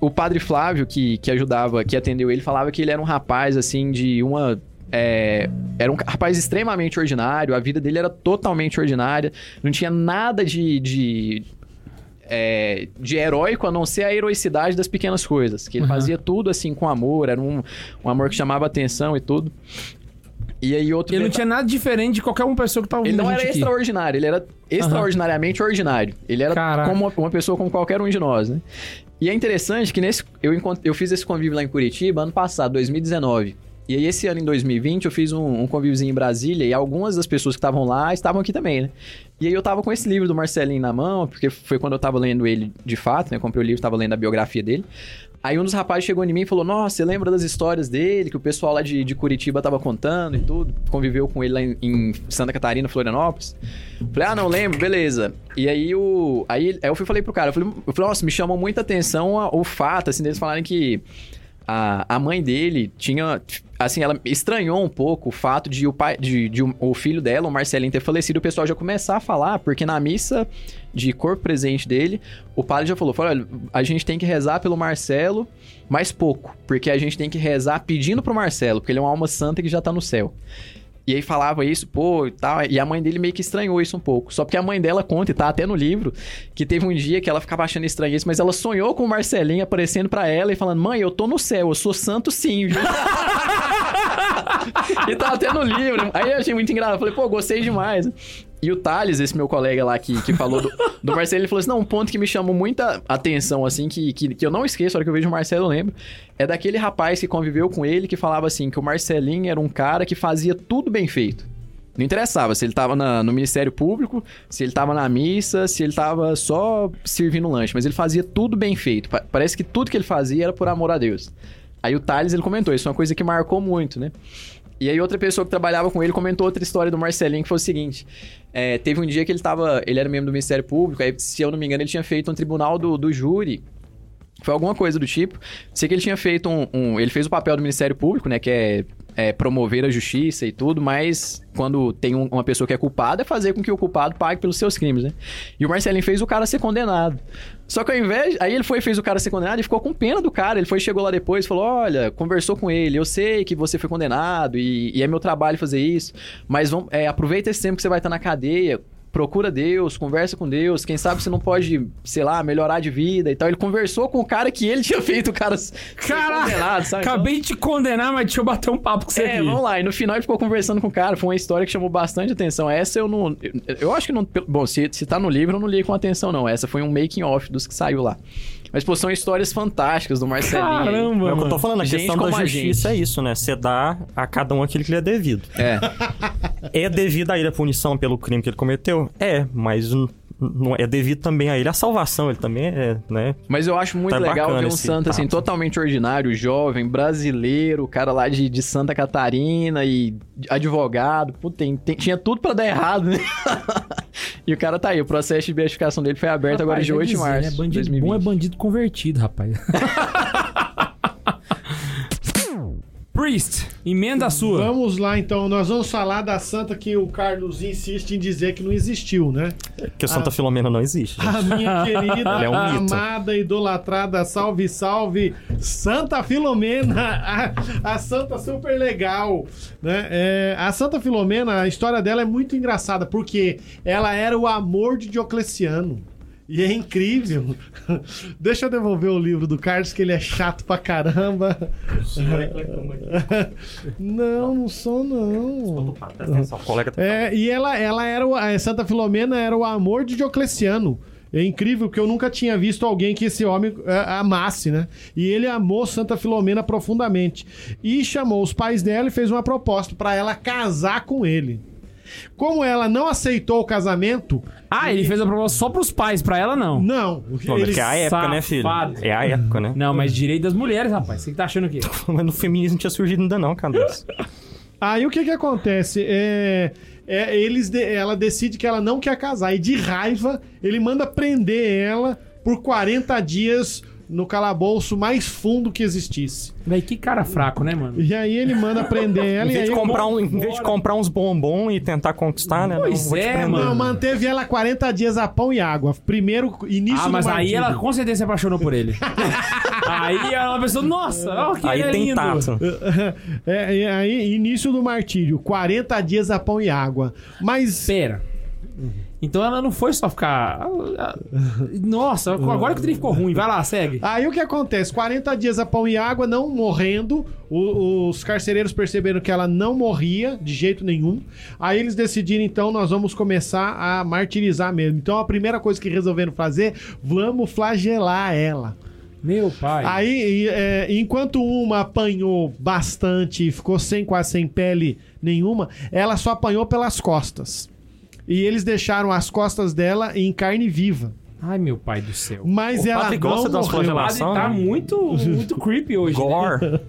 F: O padre Flávio, que, que ajudava, que atendeu ele, falava que ele era um rapaz, assim, de uma é, era um rapaz extremamente ordinário, a vida dele era totalmente ordinária, não tinha nada de. de é, de heróico, a não ser a heroicidade das pequenas coisas.
A: Uhum.
F: Que ele fazia tudo assim com amor, era um, um amor que chamava atenção e tudo. E aí outro.
A: Ele não um
F: deta-
A: tinha nada diferente de qualquer uma pessoa que tava
F: ele
A: ouvindo
F: não
A: a
F: era
A: gente aqui.
F: extraordinário, ele era extraordinariamente ordinário. Ele era
A: Caraca.
F: como uma, uma pessoa como qualquer um de nós, né? E é interessante que nesse eu, encont- eu fiz esse convívio lá em Curitiba ano passado, 2019. E aí esse ano em 2020 eu fiz um, um convíviozinho em Brasília e algumas das pessoas que estavam lá estavam aqui também, né? E aí eu tava com esse livro do Marcelinho na mão, porque foi quando eu tava lendo ele de fato, né? Comprei o livro, tava lendo a biografia dele. Aí um dos rapazes chegou em mim e falou: Nossa, você lembra das histórias dele, que o pessoal lá de, de Curitiba tava contando e tudo? Conviveu com ele lá em, em Santa Catarina, Florianópolis. Falei, ah, não lembro, beleza. E aí o. Aí, aí eu fui e falei pro cara, eu falei, eu falei, nossa, me chamou muita atenção a- o fato, assim, deles falarem que a, a mãe dele tinha. Assim, ela estranhou um pouco o fato de o pai. De, de um- o filho dela, o Marcelinho, ter falecido, o pessoal já começar a falar, porque na missa de corpo presente dele, o padre já falou: falou, olha, a gente tem que rezar pelo Marcelo, mas pouco. Porque a gente tem que rezar pedindo pro Marcelo, porque ele é uma alma santa que já tá no céu. E aí falava isso, pô, e tal. E a mãe dele meio que estranhou isso um pouco. Só porque a mãe dela conta, e tá até no livro, que teve um dia que ela ficava achando estranho isso, mas ela sonhou com o Marcelinho aparecendo pra ela e falando: Mãe, eu tô no céu, eu sou santo sim, viu? e tá até no livro. Aí eu achei muito engraçado. Falei, pô, gostei demais. E o Thales, esse meu colega lá que, que falou do, do Marcelo, ele falou assim: não, um ponto que me chamou muita atenção, assim, que, que, que eu não esqueço, a hora que eu vejo o Marcelo, eu lembro, é daquele rapaz que conviveu com ele que falava assim: que o Marcelinho era um cara que fazia tudo bem feito. Não interessava se ele tava na- no Ministério Público, se ele tava na missa, se ele tava só servindo um lanche, mas ele fazia tudo bem feito. Pa- Parece que tudo que ele fazia era por amor a Deus. Aí o Thales, ele comentou, isso é uma coisa que marcou muito, né? E aí outra pessoa que trabalhava com ele comentou outra história do Marcelinho, que foi o seguinte. É, teve um dia que ele tava. Ele era membro do Ministério Público, aí, se eu não me engano, ele tinha feito um tribunal do, do júri. Foi alguma coisa do tipo. Sei que ele tinha feito um, um- Ele fez o papel do Ministério Público, né? Que é, é promover a justiça e tudo, mas quando tem um- uma pessoa que é culpada, é fazer com que o culpado pague pelos seus crimes, né? E o Marcelinho fez o cara ser condenado. Só que ao invés. Aí ele foi e fez o cara ser condenado e ficou com pena do cara. Ele foi chegou lá depois e falou: Olha, conversou com ele, eu sei que você foi condenado e, e é meu trabalho fazer isso, mas vamos, é, aproveita esse tempo que você vai estar na cadeia. Procura Deus, conversa com Deus. Quem sabe você não pode, sei lá, melhorar de vida e tal. Ele conversou com o cara que ele tinha feito o cara ser
A: Caraca,
F: condenado, sabe? Então-
A: Acabei de te condenar, mas deixa eu bater um papo com você
F: é,
A: aqui.
F: vamos lá. E no final ele ficou conversando com o cara. Foi uma história que chamou bastante atenção. Essa eu não. eu- Eu acho que não. pelo- Bom, se, se tá no livro, eu não li com atenção, não. Essa foi um making-off dos que saiu lá. Mas, pô, são histórias fantásticas do Marcelinho. aí.
A: Caramba,
B: É o que eu tô
A: mano.
B: falando, a
F: Gente
B: questão da
F: como a
B: justiça é isso, né? Você dá a cada um aquilo que lhe é devido.
F: É.
B: É devido a ele a punição pelo crime que ele cometeu? É, mas n- não é devido também a ele a salvação, ele também é, né?
F: Mas eu acho muito
B: Tá
F: legal
B: bacana
F: ver um
B: esse
F: santo, assim,
B: papo.
F: totalmente ordinário, jovem, brasileiro, cara lá de, de Santa Catarina e advogado. Pô, tem, tem- tinha tudo pra dar errado, né? e o cara tá aí. O processo de beatificação dele foi aberto agora
A: Rapaz,
F: de
A: é
F: 8 de
A: dizer,
F: março.
A: né?
F: de
A: Bandido
F: 2020.
A: bom é bandido convertido, rapaz. Priest, emenda a sua.
D: Vamos lá então, nós vamos falar da santa que o Carlos insiste em dizer que não existiu, né?
B: Porque o Santa Filomena não existe. gente.
D: A minha querida,
B: Ela é um mito.
D: amada, idolatrada, salve, salve, Santa Filomena, a, a santa super legal, né? É, a Santa Filomena, a história dela é muito engraçada, porque ela era o amor de Diocleciano. E é incrível. Deixa eu devolver o livro do Carlos, que ele é chato pra caramba. Não, não sou, não.
B: Presta atenção, o colega tá-
D: É, e ela, ela era o, a Santa Filomena era o amor de Diocleciano. É incrível que eu nunca tinha visto alguém que esse homem é, amasse, né? E ele amou Santa Filomena profundamente e chamou os pais dela e fez uma proposta pra ela casar com ele. Como ela não aceitou o casamento,
A: Ah, ele fez a proposta só pros pais, pra ela não.
D: não.
B: Não,
D: ele-
B: porque é a época, né, filho?
A: safado.
B: É a época, né?
A: Não, mas direito das mulheres, rapaz. Você que tá achando o quê?
B: Mas no feminismo não tinha surgido ainda não, Cadence.
D: Aí o que que acontece? É, é, eles de- ela decide que ela não quer casar e de raiva ele manda prender ela por 40 dias no calabouço mais fundo que existisse.
A: Véi, que cara fraco, né, mano?
D: E aí ele manda prender
B: Em
D: ela e
B: vez,
D: aí
B: de comprar um, em vez de comprar uns bombom e tentar conquistar, né?
A: Pois
B: não, vou te
A: é,
B: prender.
A: mano.
D: não, manteve ela 40 dias a pão e água. Primeiro início
A: Ah,
D: do
A: mas aí
D: martírio.
A: ela com certeza se apaixonou por ele. Aí a pessoa, nossa, olha que
B: Aí
A: é
B: tem
A: lindo.
B: tato.
D: É, e aí, início do martírio, 40 dias a pão e água. Mas
A: Pera. Então ela não foi só ficar. "Ah, Nossa, agora que o trem ficou ruim. Vai lá, segue.
D: Aí o que acontece? 40 dias a pão e água, não morrendo. O- os carcereiros perceberam que ela não morria de jeito nenhum. Aí eles decidiram, então, nós vamos começar a martirizar mesmo. Então a primeira coisa que resolveram fazer, vamos flagelar ela.
A: Meu pai.
D: Aí, e, é, enquanto uma apanhou bastante e ficou sem quase sem pele nenhuma, ela só apanhou pelas costas. E eles deixaram as costas dela em carne viva.
A: Ai, meu pai do céu.
D: Mas
B: O
D: ela
B: padre
D: não
B: gosta das
D: morreu.
A: Ela
B: flagelações. Relação,
A: tá
B: né?
A: muito, muito creepy hoje. né?
B: Gore.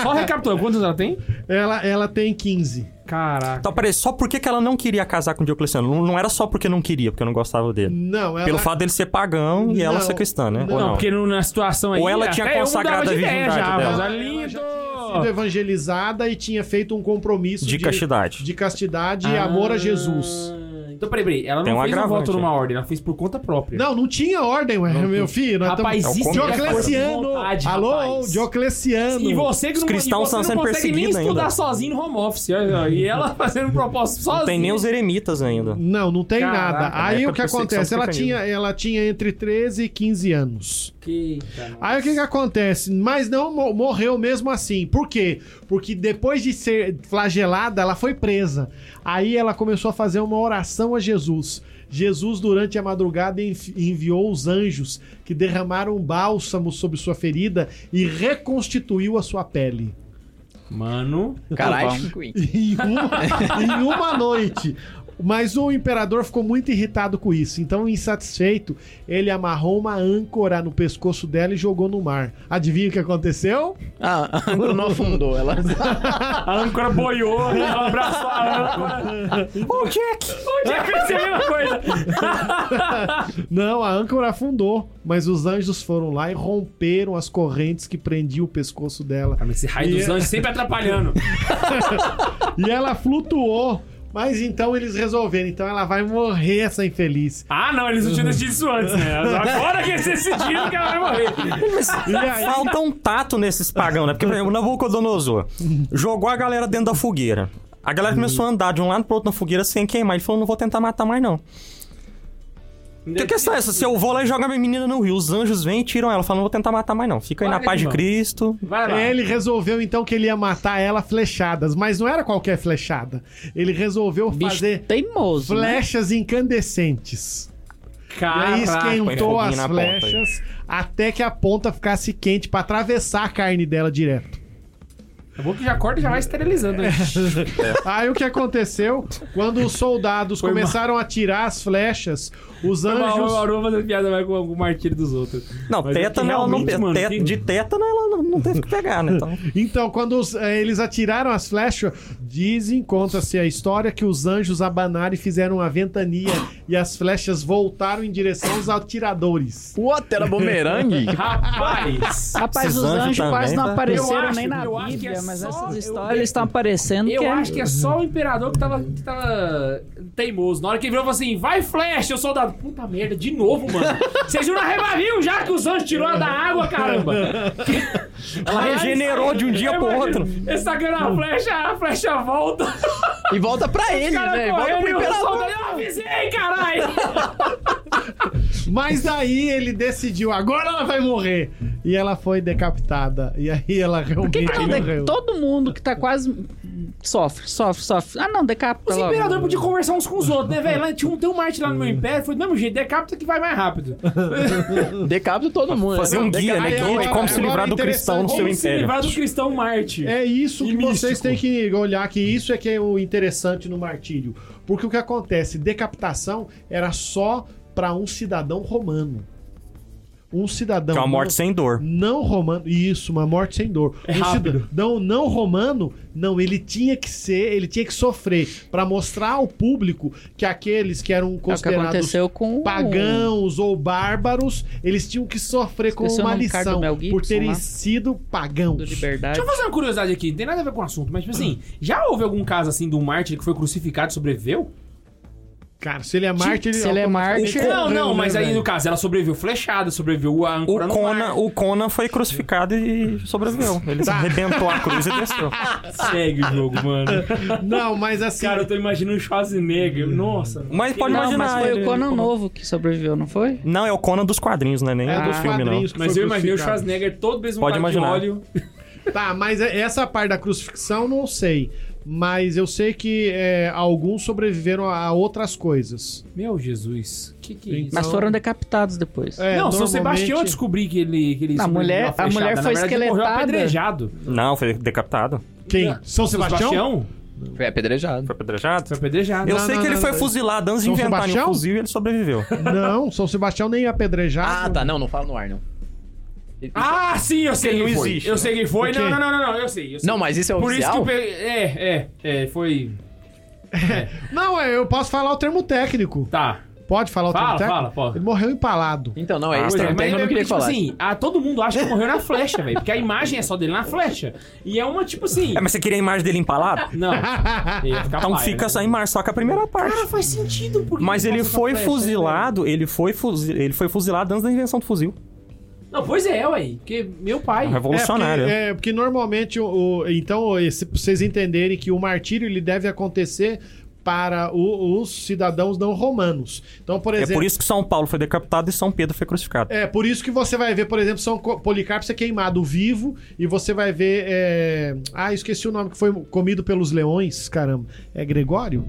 A: Só recapitulando, quantos ela tem?
D: Ela, ela tem 15.
A: Caraca.
B: Então, peraí, só por que que ela não queria casar com o Diocleciano? Não, não era só porque não queria, porque não gostava dele.
D: Não, ela...
B: Pelo fato dele ser pagão e ela
D: Não,
B: ser cristã, né?
D: não,
B: Ou
A: Não,
B: não?
A: porque no- na situação aí.
B: Ou ela
A: até
B: tinha
A: eu mudava
B: consagrado
A: de
B: a
A: ideia
B: virgindade
A: já,
B: dela.
A: mas
D: Ela-
A: olha,
D: ela
A: lindo.
D: já tinha sido evangelizada e tinha feito um compromisso
B: De castidade.
D: de castidade e amor a Jesus.
A: Ah, Então, peraí, peraí. Ela
B: Tem
A: não
B: um
A: fez um
B: agravante,
A: voto numa
B: né?
A: ordem, ela fez por conta própria.
D: Não, não tinha ordem, ué, meu filho. nós
A: Rapaz,
B: tamo-
A: isso
B: É o
A: é
B: começo.
D: Diocleciano!
A: vontade,
D: Alô,
A: rapaz.
D: Diocleciano!
A: E você que
B: Os
A: não,
B: cristãos
A: e você
B: estão
A: não
B: sendo
A: consegue nem
B: perseguidos
A: estudar
B: ainda.
A: sozinho no home office. olha, olha, E ela fazendo um propósito sozinha.
B: Não tem nem os eremitas ainda.
D: Não, não tem
A: Caraca,
D: nada.
B: na
D: Aí
B: época
D: o
B: do
D: que
B: sexo
D: acontece? Ela
B: africano.
D: tinha, ela tinha entre 13 e 15 anos.
A: Eita, nossa.
D: Aí o que, que acontece? Mas não mo- morreu mesmo assim. Por quê? Porque depois de ser flagelada, ela foi presa. Aí ela começou a fazer uma oração a Jesus. Jesus, durante a madrugada, enf- enviou os anjos que derramaram um bálsamo sobre sua ferida e reconstituiu a sua pele.
A: Mano.
F: Caralho,
D: em uma, em uma noite. Mas o imperador ficou muito irritado com isso. Então, insatisfeito, ele amarrou uma âncora no pescoço dela e jogou no mar. Adivinha o que aconteceu?
F: Ah, a âncora não afundou. Ela
A: A âncora boiou, ela abraçou a âncora. Ô, Jack! Ô, Jack, vai ser a mesma coisa.
D: Não, a âncora afundou. Mas os anjos foram lá e romperam as correntes que prendiam o pescoço dela.
A: Ah, mas Esse raio dos
D: E-
A: anjos sempre atrapalhando.
D: E ela flutuou. Mas então eles resolveram. Então ela vai morrer, essa infeliz.
A: Ah, não, eles não tinham decidido isso antes, né? Agora que eles decidiram que ela vai morrer.
D: E aí,
B: Falta um tato nesses pagão, né? Porque, por exemplo, o Nabucodonosor jogou a galera dentro da fogueira. A galera começou a andar de um lado pro outro na fogueira sem queimar. Ele falou, não vou tentar matar mais, não. Que questão é essa? Se eu vou lá e jogar minha menina no rio, os anjos vêm e tiram ela. Falam, não vou tentar matar mais, não. Fica aí na
A: Vai,
B: paz de
A: irmão.
B: Cristo.
A: Vai lá.
D: Ele resolveu então que ele ia matar ela flechadas, mas não era qualquer flechada. Ele resolveu
C: Bicho
D: fazer
C: teimoso. né?
D: flechas incandescentes.
A: Caraca.
D: e aí esquentou
B: Ah, põe
D: as
B: foguinho na ponta aí.
D: flechas até que a ponta ficasse quente pra atravessar a carne dela direto.
A: É bom que já corta e já vai esterilizando. Né?
D: Aí o que aconteceu? Quando os soldados
A: Foi
D: começaram a tirar as flechas, os
A: Foi mal,
D: anjos.
A: o Aru fazendo piada vai com o martírio dos outros.
B: Não,
A: Mas é que
B: tétano, ela não,
A: realmente, mano,
B: té-
A: que-
B: de tétano ela não, não teve que pegar, né? Então,
D: Então, quando os- eh, eles atiraram as flechas, dizem, conta-se a história, que os anjos abanaram e fizeram uma ventania e as flechas voltaram em direção aos atiradores.
F: What? Era é bumerangue?
A: Rapaz!
C: Rapaz,
B: Esses
C: os
B: anjos
C: anjos quase
B: também,
C: não
B: tá?
A: Eu
C: apareceram
A: acho-
C: nem na
A: eu acho que é
C: Bíblia, mas
A: só-
C: essas
A: eu-
C: histórias estão aparecendo
A: Eu
C: que
A: acho que é só o imperador que tava, que tava teimoso. Na hora que ele virou, falou assim: vai Flash, eu soldado. Puta merda, de novo, mano. Vocês viram na Rebavio já que os anjos tirou ela da água, caramba.
B: ela regenerou de um dia pro outro.
A: Ele sacando a flecha, a flecha volta.
F: E volta pra ele,
A: Cara,
F: né? Volta pro
A: correndo, o
F: imperador.
A: soldado. Eu avisei, caralho.
D: Mas daí ele decidiu, agora ela vai morrer. E ela foi decapitada. E aí ela realmente
C: Então, de-
D: morreu.
C: todo mundo que tá quase. Sofre, sofre, sofre. Ah, não, decapita
A: Os
C: logo.
A: imperadores podiam conversar uns com os outros, né, velho? Lá Tinha um, tem um Marte lá no meu império. Foi do mesmo jeito, decapita que vai mais rápido.
F: Decapita todo mundo.
B: Fazer
F: né?
B: um guia, né?
D: aí,
B: Guia de
D: agora-
B: como se
D: agora
B: livrar do cristão no
D: interessante.
B: seu
A: Como se
B: império.
A: livrar do cristão Marte.
D: É isso
A: E
D: que vocês
A: místico.
D: têm que olhar, que isso é que é o interessante no martírio. Porque o que acontece? Decapitação era só para um cidadão romano. Um cidadão.
B: Que é uma morte
D: não-
B: sem dor.
D: Não romano. Isso, uma morte sem dor.
A: É
D: Um
A: rápido.
D: cidadão não romano, não, ele tinha que ser, ele tinha que sofrer pra mostrar ao público que aqueles que eram
C: É o que
D: considerados
C: aconteceu com. o-
D: pagãos ou bárbaros, eles tinham que sofrer com
C: Esqueci o
D: uma
C: nome do cara do
D: lição
C: Mel Gibson
D: por terem
C: lá.
D: sido
C: Do
D: pagãos.
C: Liberdade.
A: Deixa eu fazer uma curiosidade aqui, não tem nada a ver com o assunto, mas tipo assim, já houve algum caso assim de um mártir que foi crucificado e sobreviveu?
D: Cara, se ele é Marte, ele
C: Se ele é Marte.
A: Não, não,
D: né,
A: mas aí
D: velho?
A: no caso, ela sobreviveu flechada, sobreviveu a
B: O
A: âncora no
B: Conan, o Conan foi crucificado e sobreviveu. Ele arrebentou a cruz e desceu.
A: mar. Segue o jogo, mano.
D: Não, mas assim.
A: Cara, eu tô imaginando o Schwarzenegger. Nossa.
B: Mas pode
C: Não,
B: imaginar.
C: mas foi
B: ele-
C: o Conan novo que sobreviveu, não foi?
B: Não, é o Conan dos quadrinhos, né? Nem
D: é
B: é do
D: dos
B: filme, não.
D: quadrinhos que
A: Mas
D: foi
A: eu imaginei o
D: crucificado.
A: Schwarzenegger todo
B: Pode
A: besumbado de
B: imaginar.
A: óleo.
D: Tá, mas é- essa parte da crucifixão não sei. Mas eu sei que é, alguns sobreviveram a outras coisas.
A: Meu Jesus, que que é isso?
C: Mas foram decapitados depois.
D: É,
A: não, São
D: normalmente-
A: Sebastião eu descobri que ele, que ele
C: A
A: sobreviveu
C: mulher-
A: à
C: a
A: flechada.
C: mulher
A: Na
C: foi
A: verdade, ele morreu
C: esqueletada.
A: apedrejado.
B: Não, foi decapitado.
D: Quem? São Sebastião?
F: Foi apedrejado.
B: Foi apedrejado.
A: Foi apedrejado.
B: Eu
D: Não,
B: sei
D: não,
B: que ele
D: não,
B: foi
D: não.
B: fuzilado antes de
D: São
B: inventarem um
D: Sebastião?
B: fuzil e ele sobreviveu.
D: Não, São Sebastião nem apedrejado.
F: Ah, tá. Não, não fala no ar, não.
A: Ah, sim, eu sei
B: Porque
A: quem
B: não
A: foi.
B: existe,
A: eu
B: né?
A: sei quem foi.
D: O
A: Não,
D: quê?
A: não, não, não, não, eu sei. eu sei.
F: Não, mas isso é
A: Por isso que
F: oficial?
A: eu peguei... É, é, é, foi...
D: Não, é, eu posso falar o termo técnico.
A: Tá.
D: Pode falar o
A: Fala,
D: termo técnico?
A: fala, fala.
D: Ele morreu empalado.
F: Então, não,
B: Ah,
F: é
B: pois
F: isso.
A: Pois é,
F: termo
A: mas
F: técnico eu
A: é
F: não queria
A: tipo
F: falar.
A: assim, ah, todo mundo acha que morreu na flecha, velho. Porque a imagem é só dele na flecha. E é uma, tipo assim...
B: é, mas você queria a imagem dele empalado?
A: Não. Ia ficar
B: Então
A: paia,
B: fica
A: né?
B: essa imagem só com a primeira parte.
A: Cara, faz sentido. Porque
B: Mas ele foi
A: né? fuzilado.
B: fuzilado, ele foi, fuzi ele foi fuzilado antes da invenção do fuzil.
A: Não, pois é, ué. Porque meu pai.
B: Revolucionário.
D: É porque, é, porque normalmente, o, o- então, esse- pra vocês entenderem que o martírio ele deve acontecer para o- os cidadãos não romanos. Então, por
B: É
D: exemplo.
B: por isso que São Paulo foi decapitado e São Pedro foi crucificado.
D: É, por isso que você vai ver, por exemplo, São Co- Policarpo ser queimado vivo e você vai ver. é, Ah, esqueci o nome que foi comido pelos leões, caramba. É Gregório?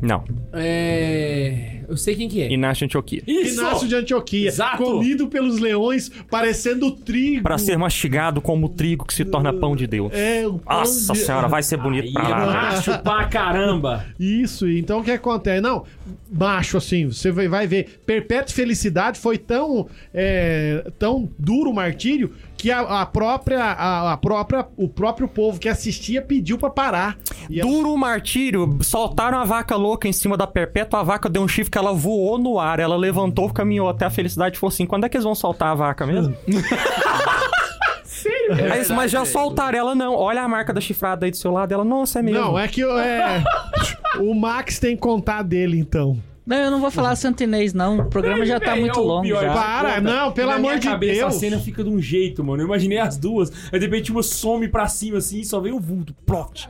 B: Não.
A: É. Eu sei quem que é.
B: Inácio de Antioquia.
A: Isso!
D: Inácio de Antioquia.
A: Exato!
D: Comido pelos leões, parecendo trigo.
B: Pra ser mastigado como o trigo que se torna pão de Deus.
D: É, o pão
B: Nossa
D: de-
B: senhora, vai ser
A: Aí
B: bonito pra
A: é
B: lá. né? velho.
A: macho pra caramba.
D: Isso, e então o que acontece? Não, baixo assim, você vai- vai ver. Perpétua Felicidade foi tão, é, tão duro o martírio que a, a própria, a, a própria, o próprio povo que assistia pediu pra parar. E é-
B: Duro o martírio, soltaram a vaca louca em cima da perpétua, a vaca deu um chifre que ela voou no ar, ela levantou, caminhou até a felicidade e falou assim: quando é que eles vão soltar a vaca mesmo? Sério?
F: É
B: mas já soltaram ela, não. Olha a marca da chifrada aí do seu lado, ela, nossa, é mesmo.
D: Não, é que é, o Max tem que contar dele, então.
C: Não, eu não vou falar santinês, não. O programa já tá
A: Uhum. Véi,
C: muito
A: é o
C: longo
A: pior
C: já.
A: de
D: Para,
A: toda.
D: não,
A: E
D: pelo
A: na
D: amor
A: minha
D: de
A: cabeça,
D: Deus.
A: A cena fica de um jeito, mano. Eu imaginei as duas. Aí de repente uma some pra cima assim e só vem o vulto. Plot.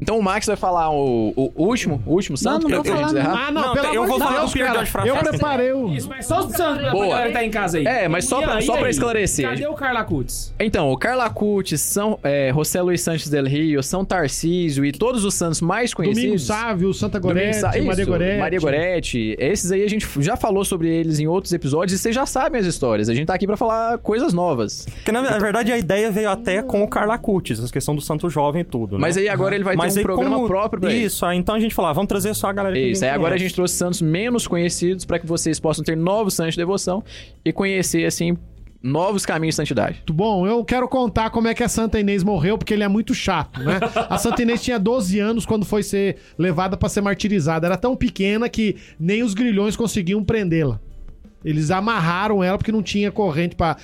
F: Então o Max vai falar o, o último, o último
C: não
F: santo?
C: vou
F: que eu tenho que
C: falar,
F: encerrar?
D: Ah, não,
B: Não,
D: pelo
B: eu
D: amor
B: vou
D: de
B: falar
D: Deus,
B: do Pierre
D: cara,
B: das Frases.
D: Eu preparei o...
A: Isso, mas só os pra
F: Boa.
A: galera que tá em casa aí.
F: É, mas só
A: E
F: pra-
A: aí,
F: só pra
A: aí?
F: esclarecer.
A: Cadê o Carla Kutz?
F: Então, o Carla Cucci, São, é, José Luiz Sanches del Rio, São Tarcísio e todos os santos mais
D: Domingos
F: conhecidos.
D: Sávio, Santa
F: Domingos
D: Goretti,
F: Sa- isso,
D: Maria Goretti.
F: Maria Goretti. Esses aí a gente já falou sobre eles em outros episódios e vocês já sabem as histórias. A gente tá aqui pra falar coisas novas.
B: Porque na na verdade a ideia veio até com o Carla Cutis, essa questão do Santo Jovem e tudo. né?
F: Mas aí agora ele vai
B: Mas
F: ter um
B: aí
F: programa
B: como-
F: próprio pra isso.
B: Isso, aí então a gente falou, ah, vamos trazer só a galera que
F: Isso, aí
B: ninguém
F: agora a
B: conhece.
F: gente trouxe santos menos conhecidos pra que vocês possam ter novos santos de devoção e conhecer, assim, novos caminhos de santidade.
D: Muito bom, eu quero contar como é que a Santa Inês morreu, porque ele é muito chato, né? A Santa Inês tinha 12 anos quando foi ser levada pra ser martirizada. Era tão pequena que nem os grilhões conseguiam prendê-la. Eles amarraram ela porque não tinha corrente para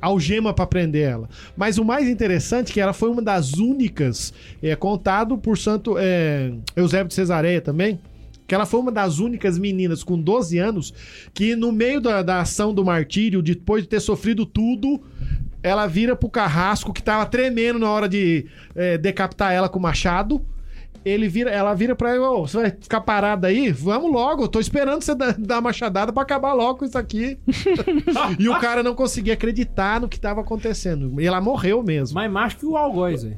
D: algema pra prender ela. Mas o mais interessante é que ela foi uma das únicas, é contado por Santo é, Eusébio de Cesareia também, que ela foi uma das únicas meninas com 12 anos que no meio da, da ação do martírio, depois de ter sofrido tudo, ela vira pro carrasco que tava tremendo na hora de é, decapitar ela com o machado. Ele vira, ela vira pra ele, "Ô, você vai ficar parada aí? Vamos logo, eu tô esperando você dar, dar a machadada pra acabar logo com isso aqui. e o cara não conseguia acreditar no que tava acontecendo. E ela morreu mesmo.
A: Mais macho que o Algoz, velho.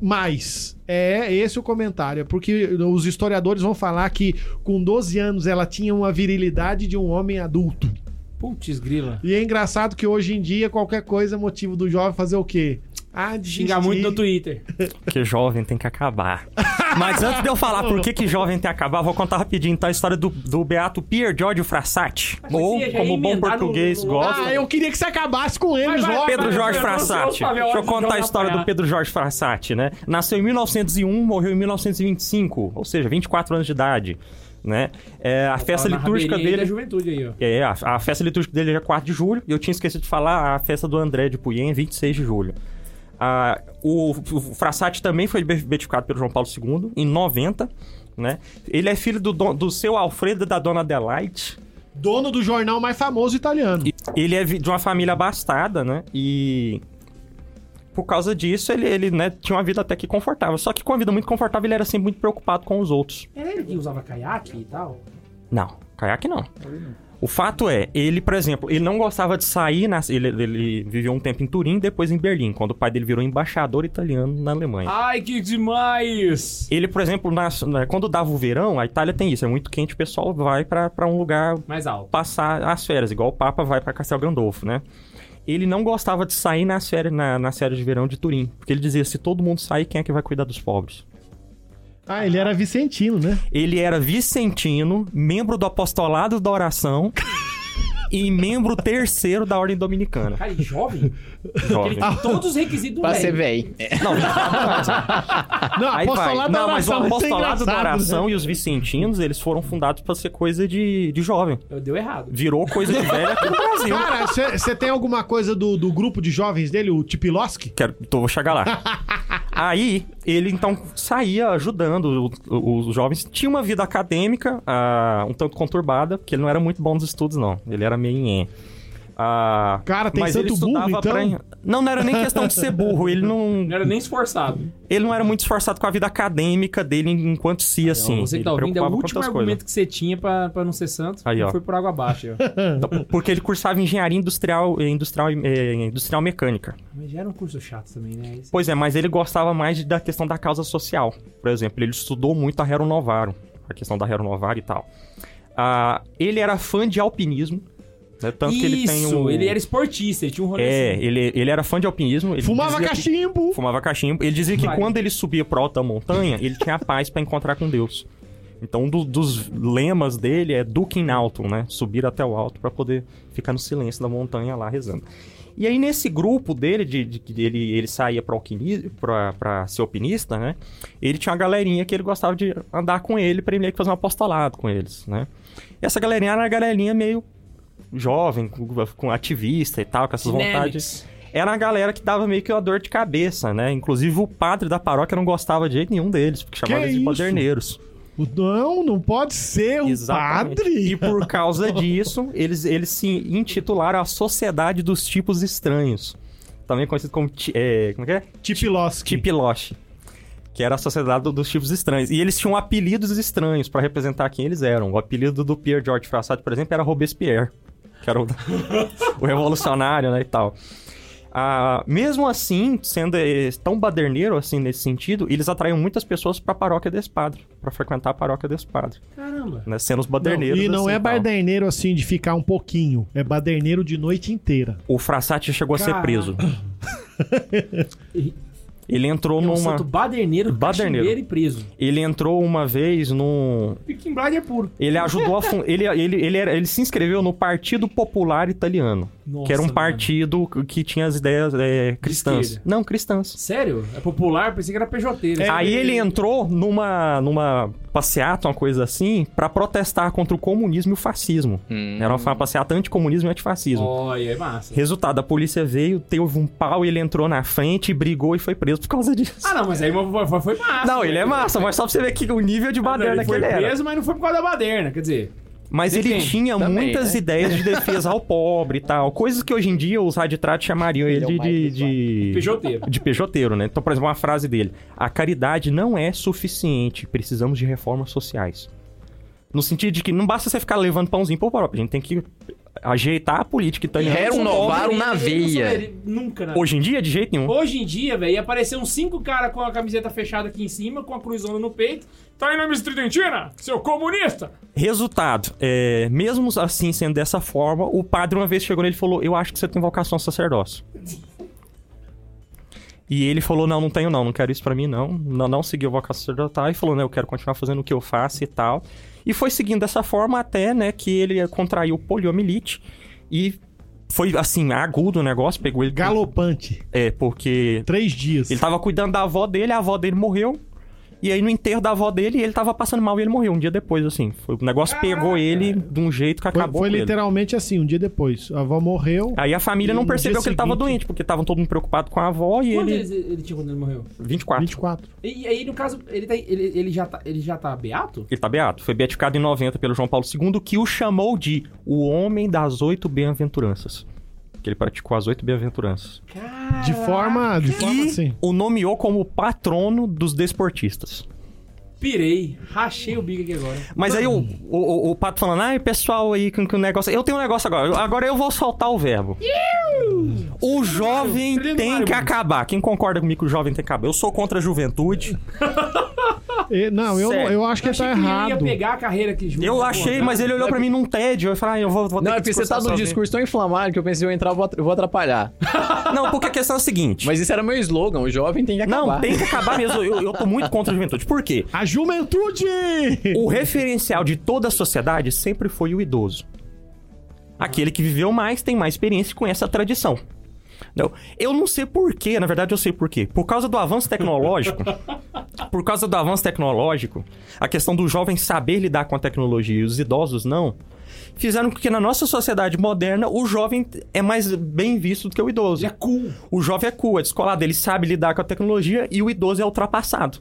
D: Mas é esse o comentário, porque os historiadores vão falar que com 12 anos ela tinha uma virilidade de um homem adulto.
A: Putz, grila.
D: E é engraçado que hoje em dia qualquer coisa é motivo do jovem fazer o quê? Ah, desistir.
A: Xingar muito no Twitter.
B: Porque jovem tem que acabar. Mas antes de eu falar por que, que jovem tem que acabar, eu vou contar rapidinho então a história do, do beato Pier Giorgio Frassati. Ou,
A: você ia já
B: como bom
A: emendar no- Ah,
B: português
A: no-
B: gosta.
D: Ah, eu queria que você acabasse com
A: Vai,
D: eles
A: vai,
D: logo.
B: Pedro Jorge
A: Vai, vai,
B: Frassati.
A: vai, vai, vai,
B: Deixa eu
A: vai, vai,
B: contar
A: vai,
B: a história
A: vai.
B: do Pedro Jorge Frassati, né? Nasceu em 1901, morreu em 1925, ou seja, 24 anos de idade, né? É, a festa
A: Na
B: litúrgica
A: rabeirinha da
B: dele
A: juventude aí, ó.
B: É, a, a festa litúrgica dele é dia 4 de julho, e eu tinha esquecido de falar a festa do André de Puyen, é 26 de julho. Ah, o, o Frassati também foi be- beatificado pelo João Paulo II, em 90, né? Ele é filho do, don- do seu Alfredo e da dona Adelaide.
D: Dono do jornal mais famoso italiano.
B: E ele é vi- de uma família abastada, né? E por causa disso, ele, ele né, tinha uma vida até que confortável. Só que com uma vida muito confortável, ele era sempre muito preocupado com os outros.
A: Era ele É, que usava caiaque e tal?
B: Não, caiaque não. O fato é, ele, por exemplo, ele não gostava de sair. na- ele, ele viveu um tempo em Turim, depois em Berlim, quando o pai dele virou embaixador italiano na Alemanha.
A: Ai, que demais!
B: Ele, por exemplo, nas- né, quando dava o verão, a Itália tem isso, é muito quente, o pessoal vai pra pra um lugar
A: Mais alto.
B: passar as férias, igual o Papa vai pra Castel Gandolfo, né? Ele não gostava de sair nas férias, na, nas férias de verão de Turim, porque ele dizia, se todo mundo sair, quem é que vai cuidar dos pobres?
D: Ah, ele era vicentino, né?
B: Ele era vicentino, membro do apostolado da oração e membro terceiro da ordem dominicana.
A: Cara, e jovem?
B: Jovem.
A: Ele tem todos os requisitos do
F: Pra ser
A: velho.
F: velho.
D: Não,
B: Aí vai.
D: apostolado da
B: Não, mas o
D: oração, isso é
B: apostolado da
D: engraçado, né?
B: oração e os vicentinos, eles foram fundados pra ser coisa de, de jovem.
A: Eu deu errado.
B: Virou coisa de velho aqui no Brasil.
D: Cara, você tem alguma coisa do, do grupo de jovens dele, o Tipiloski?
B: Quero, tô, vou chegar lá. Aí, ele então saía ajudando o- o- os jovens. Tinha uma vida acadêmica ah, um tanto conturbada, porque ele não era muito bom nos estudos, não. Ele era meio nhé. Ah,
D: Cara, tem
B: mas ele
D: santo burro,
B: estudava pra-
D: então?
B: Não, não era nem questão de ser burro. Ele não,
A: Não era nem esforçado.
B: ele não era muito esforçado com a vida acadêmica dele enquanto si, assim.
A: Você que
B: ele
A: tá ouvindo, é o
B: preocupava com
A: último
B: outras
A: argumento
B: coisas.
A: que você tinha pra, pra não ser santo.
B: Aí, ó.
A: Foi por água abaixo. ó.
B: Então, Porque ele cursava engenharia industrial, eh, industrial, eh, industrial mecânica.
A: Mas já era um curso chato também, né? Isso.
B: Pois é, mas ele gostava mais de- da questão da causa social. Por exemplo, ele estudou muito a Hero Novaro, a questão da Hero Novaro e tal. Ah, ele era fã de alpinismo, né? tanto que ele tem
A: Isso,
B: um...
A: ele era esportista, ele tinha um rolê
B: É,
A: assim.
B: ele, ele era fã de alpinismo. Ele
D: Fumava
B: dizia que-
D: cachimbo!
B: Fumava cachimbo. Ele dizia que
A: Vale.
B: quando ele subia pra alta montanha, ele tinha paz pra encontrar com Deus. Então, um do- dos lemas dele é Duque in alto, né? Subir até o alto pra poder ficar no silêncio da montanha lá rezando. E aí, nesse grupo dele, de, de, que ele, ele saía pra, alquini- pra, pra ser alpinista, né? Ele tinha uma galerinha que ele gostava de andar com ele pra ele meio que fazer um apostolado com eles, né? E essa galerinha era uma galerinha meio jovem, com, com ativista e tal, com essas vontades
A: Dynamics.
B: era a galera que dava meio que uma dor de cabeça, né? Inclusive o padre da paróquia não gostava de jeito nenhum deles, porque chamava
D: Que
B: eles de
D: isso?
B: baderneiros.
D: Não, não pode ser um
B: Exatamente.
D: padre!
B: E por causa disso, eles, eles se intitularam a Sociedade dos Tipos Estranhos. Também conhecido como. ti- É, como é que é?
D: Tipiloski.
B: Tipiloche. Que era a Sociedade dos Tipos Estranhos. E eles tinham apelidos estranhos pra representar quem eles eram. O apelido do Pierre George Frassat, por exemplo, era Robespierre. Que era o, o revolucionário, né, e tal. Ah, mesmo assim, sendo eh, tão baderneiro assim nesse sentido, eles atraíam muitas pessoas pra paróquia desse padre, pra frequentar a paróquia desse padre,
A: assim. Caramba.
B: né, sendo os
D: Não,
B: baderneiros.
D: e não
B: assim,
D: é
B: e tal.
D: baderneiro assim de ficar um pouquinho, é baderneiro de noite inteira.
B: O Frassati chegou a ser
A: Caraca.
B: preso. Ele entrou
A: É um
B: numa
A: santo baderneiro,
B: Baderneiro.
A: baderneiro. e preso.
B: ele entrou uma vez num
A: Picking Blinder puro.
B: Ele ajudou a fun... ele, ele, ele, era- ele se inscreveu no Partido Popular Italiano,
A: Nossa,
B: que era um
A: mano.
B: partido que tinha as ideias é, cristãs.
A: esquerda.
B: Não, cristãs.
A: Sério? É popular? Pensei que era PJT.
B: É, Aí ele entrou numa, numa passeata, uma coisa assim, pra protestar contra o comunismo e o fascismo. Era uma passeata anticomunismo e antifascismo.
A: Olha, é massa.
B: Resultado, a polícia veio, teve um pau, ele entrou na frente, brigou e foi preso por causa disso.
A: Ah, não, mas aí foi, foi massa. né?
B: não, ele é massa, mas só pra você ver que o nível de baderna
A: Ah, Ele
B: que
A: foi
B: ele era.
A: preso, mas não foi por causa da baderna, quer dizer.
B: Mas ele
A: Depende,
B: tinha
F: também,
B: muitas
F: né?
B: ideias de defesa ao pobre e tal. Coisas que hoje em dia os raditratos chamariam ele,
F: Ele é o
B: de,
F: Michael
B: de, de,
A: Pejoteiro.
B: de pejoteiro, né? Então, por exemplo, uma frase dele: A caridade não é suficiente, precisamos de reformas sociais. No sentido de que não basta você ficar levando pãozinho pro pobre, a gente tem que ajeitar a política italiana.
F: Era um novaram na
A: Eu não
F: veia.
A: souberia Nunca,
F: um
A: né?
B: Hoje em dia, de jeito nenhum.
A: Hoje em dia, velho, ia aparecer uns cinco caras com a camiseta fechada aqui em cima, com a cruzona no peito. Tá indo na Miss Tridentina, seu comunista!
B: Resultado, é, mesmo assim sendo dessa forma, o padre uma vez chegou nele e falou: Eu acho que você tem vocação ao sacerdócio. E ele falou: Não, não tenho, não, não quero isso pra mim, não. Não, não seguiu a vocação sacerdotal. E falou: Não, eu quero continuar fazendo o que eu faço e tal. E foi seguindo dessa forma até né, que ele contraiu poliomielite. E foi assim, agudo o negócio, pegou ele.
D: Galopante,
B: É, porque
D: três dias.
B: tá- ele tava cuidando da avó dele, a avó dele morreu. E aí no enterro da avó dele, ele tava passando mal e ele morreu um dia depois, assim. Foi- o negócio pegou ele de um jeito que
D: Foi,
B: acabou
D: foi
B: com ele.
D: literalmente assim, um dia depois. A avó morreu.
B: Aí a família
D: E
B: não
D: no
B: percebeu
D: um dia
B: que ele tava
D: seguinte-
B: doente, porque estavam todo mundo preocupado com a avó e
A: Quanto
B: ele...
A: ele, ele tinha quando ele morreu?
B: 24.
D: 24.
A: E aí, no caso, ele, tá- ele- ele já, tá, ele já tá beato?
B: Ele tá beato. Foi beatificado em 90 pelo João Paulo II, que o chamou de o homem das oito bem-aventuranças. Que ele praticou as oito bem-aventuranças.
D: De forma, de forma
B: E
D: assim.
B: o nomeou como patrono dos desportistas.
A: Pirei. Rachei o bico aqui agora.
B: Mas aí o, o, o- o Pato falando, ai, pessoal aí, que, que o negócio... Eu tenho um negócio agora. Agora eu vou soltar o verbo. O jovem
A: Trilha do
B: tem
A: Mario,
B: que
A: mano.
B: acabar. Quem concorda comigo que o jovem tem que acabar? Eu sou contra a juventude.
F: É,
D: E- não, eu,
B: Sério.
D: eu acho que ele tá
A: achei que ele
D: errado.
A: ia pegar a carreira aqui junto. tá.
B: Eu achei, mas ele olhou pra mim num tédio. Eu falei, ah, eu vou, vou ter
F: é Não, é
B: que
F: porque você tá
B: discursar
F: num
B: sozinho.
F: discurso tão inflamado que eu pensei, eu entrar, eu vou atra- eu vou atrapalhar.
B: Não, porque a questão é a seguinte.
F: Mas isso era meu slogan, o jovem tem que acabar.
B: Não, tem que acabar mesmo. Eu, eu tô muito contra a juventude. Por quê?
D: A juventude!
B: O referencial de toda a sociedade sempre foi o idoso. Aquele que viveu mais, tem mais experiência e conhece a tradição. Não, eu não sei porquê, na verdade eu sei porquê. Por causa do avanço tecnológico, por causa do avanço tecnológico, a questão do jovem saber lidar com a tecnologia e os idosos não, fizeram com que na nossa sociedade moderna o jovem é mais bem visto do que o idoso.
A: Ele é cool.
B: O jovem é cool, é descolado, ele sabe lidar com a tecnologia e o idoso é ultrapassado.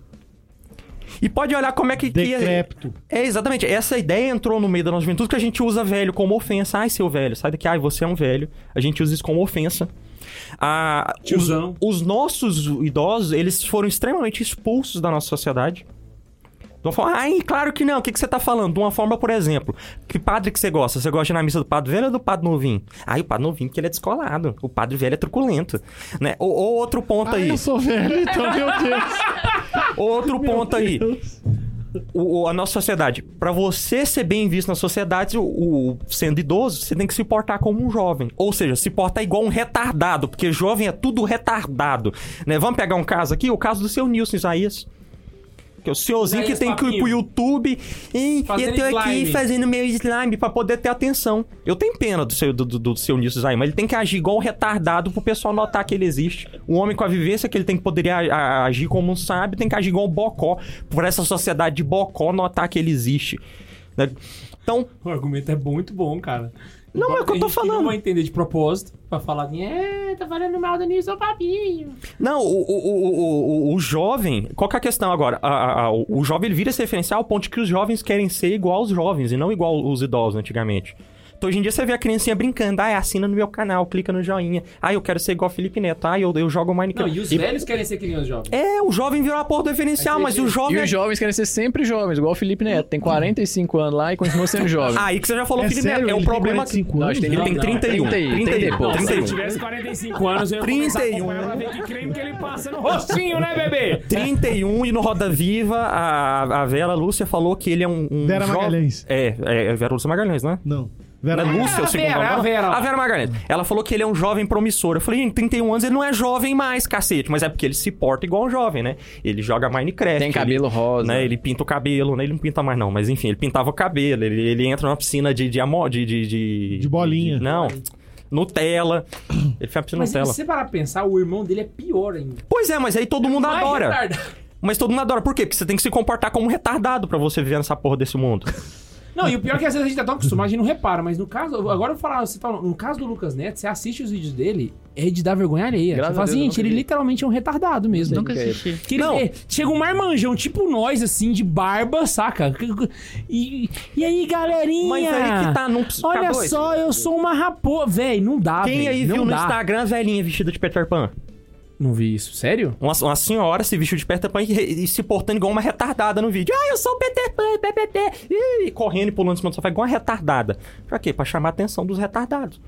B: E pode olhar como é que... que-
D: Decrépito.
B: é, exatamente. Essa ideia entrou no meio da nossa juventude que a gente usa velho como ofensa. Ai, seu velho, sai daqui. Ai, você é um velho. A gente usa isso como ofensa. Ah, os-
A: Tiozão.
B: Os, nossos idosos, eles foram extremamente expulsos da nossa sociedade. De uma forma, ai, claro que não. O que, que você tá falando? De uma forma, por exemplo, que padre que você gosta? Você gosta de ir na missa do padre velho ou do padre novinho? Ai, o padre novinho porque ele é descolado. O padre velho é truculento. Né? Ou, ou outro ponto
D: Ah,
B: aí.
D: eu sou velho, então, meu Deus.
B: Outro ponto aí. O, o- a nossa sociedade. Pra você ser bem visto na sociedade, o, o- sendo idoso, você tem que se portar como um jovem. Ou seja, se portar igual um retardado, porque jovem é tudo retardado. Né? Vamos pegar um caso aqui, o caso do seu Nilson Isaías. Que é o senhorzinho que
A: Isaías
B: tem que ir
A: Papinho.
B: pro YouTube e eu
A: Fazendo
B: tô aqui
A: slime.
B: fazendo meu slime pra poder ter atenção. Eu tenho pena do seu, do, do- do seu Nilson Isaías, mas ele tem que agir igual um retardado pro pessoal notar que ele existe. Um homem com a vivência que ele tem que poderia a- a- agir como um sábio, tem que agir igual um bocó. Por essa sociedade de bocó notar que ele existe. né? Então,
A: O argumento é muito bom, cara.
B: Não,
A: Igual
B: é o que eu tô
A: tem gente
B: falando.
A: Não vai entender de propósito pra falar assim, é, tá falando mal do Nilson Papinho.
B: Não, o, o, o, o, o jovem. Qual que é a questão agora? A- a- a- o- o jovem ele vira esse referencial ao ponto de que os jovens querem ser igual aos jovens e não igual os idosos antigamente. Então hoje em dia você vê a criancinha brincando. Ah, assina no meu canal, clica no joinha. Ah, eu quero ser igual Felipe Neto. Ah, eu, eu jogo
A: Não,
B: Minecraft.
A: e os
B: E-
A: velhos querem ser que nem os jovens.
B: É, o jovem virou a porra do referencial, mas o
F: E
B: jovem. é
F: os jovens querem ser sempre jovens, igual o Felipe Neto. Tem 45 anos lá e continua
B: Ah,
F: sendo jovem.
B: Aí que você já falou,
D: É
B: Felipe
D: sério,
B: Neto. É um
D: ele tem
B: problema. que-
D: 45
F: Não,
D: anos?
F: acho que
B: Ele tem
F: Não,
B: 31.
F: 30 e
B: 31.
F: pouco.
A: Se eu
B: 31.
A: tivesse 45 anos, eu ia começar a
B: 31.
A: acompanhar pra ver que creme que ele passa no rostinho, né, bebê?
B: 31 e no Roda Viva, a, a Vera Lúcia falou que ele é um. um
D: Vera
B: jo-
D: Magalhães.
B: É, é, é Vera Lúcia Magalhães, né?
D: Não.
B: Não
D: Vera
B: é Lúcia,
A: Ah,
B: o segundo
A: Vera,
B: nome?
A: a Vera lá.
B: A Vera Magalhães. Ela falou que ele é um jovem promissor. Eu falei, gente, 31 anos ele não é jovem mais, cacete. Mas é porque ele se porta igual um jovem, né? Ele joga Minecraft.
F: Tem
B: ele-
F: cabelo rosa.
B: né, ele pinta o cabelo, né? Ele não pinta mais, não. Mas enfim, ele pintava o cabelo. Ele, ele entra numa piscina de... De, amor, de, de, de,
D: De bolinha.
B: de- não. Nutella. Ele fez uma piscina
A: Mas se
B: Nutella.
A: você parar pra pensar, o irmão dele é pior ainda.
B: Pois é, mas aí todo mundo
A: Mais
B: adora.
A: retardado.
B: Mas todo mundo adora. Por quê? Porque você tem que se comportar como um retardado pra você viver nessa porra desse mundo.
A: Não, e o pior é que às vezes a gente tá tão acostumado, a gente não repara, mas no caso, agora eu vou falar, você tá, no caso do Lucas Neto, você assiste os vídeos dele, é de dar vergonha alheia. você fala
F: Graças a Deus, eu
A: assim, gente,
F: nunca
A: ele
F: vi."
A: literalmente é um retardado mesmo.
C: Nunca assisti.
A: Que ele-
B: Não.
A: é, chega um marmanjão, tipo nós, assim, de barba, saca? E, e aí, galerinha?
B: Mas aí que tá, não precisa-
A: Olha
B: K dois.
A: só, eu sou uma raposa. Véi, não dá,
B: Quem
A: véi,
B: aí
A: não
B: viu no
A: dá.
B: Instagram a velhinha vestida de Peter Pan?
A: Não vi isso. Sério?
B: Uma, uma senhora se vestiu de Peter Pan e, e se portando igual uma retardada no vídeo. Ah, eu sou o Peter Pan, PPP. E correndo e pulando em cima do sofá igual uma retardada. Pra quê? Pra chamar a atenção dos retardados.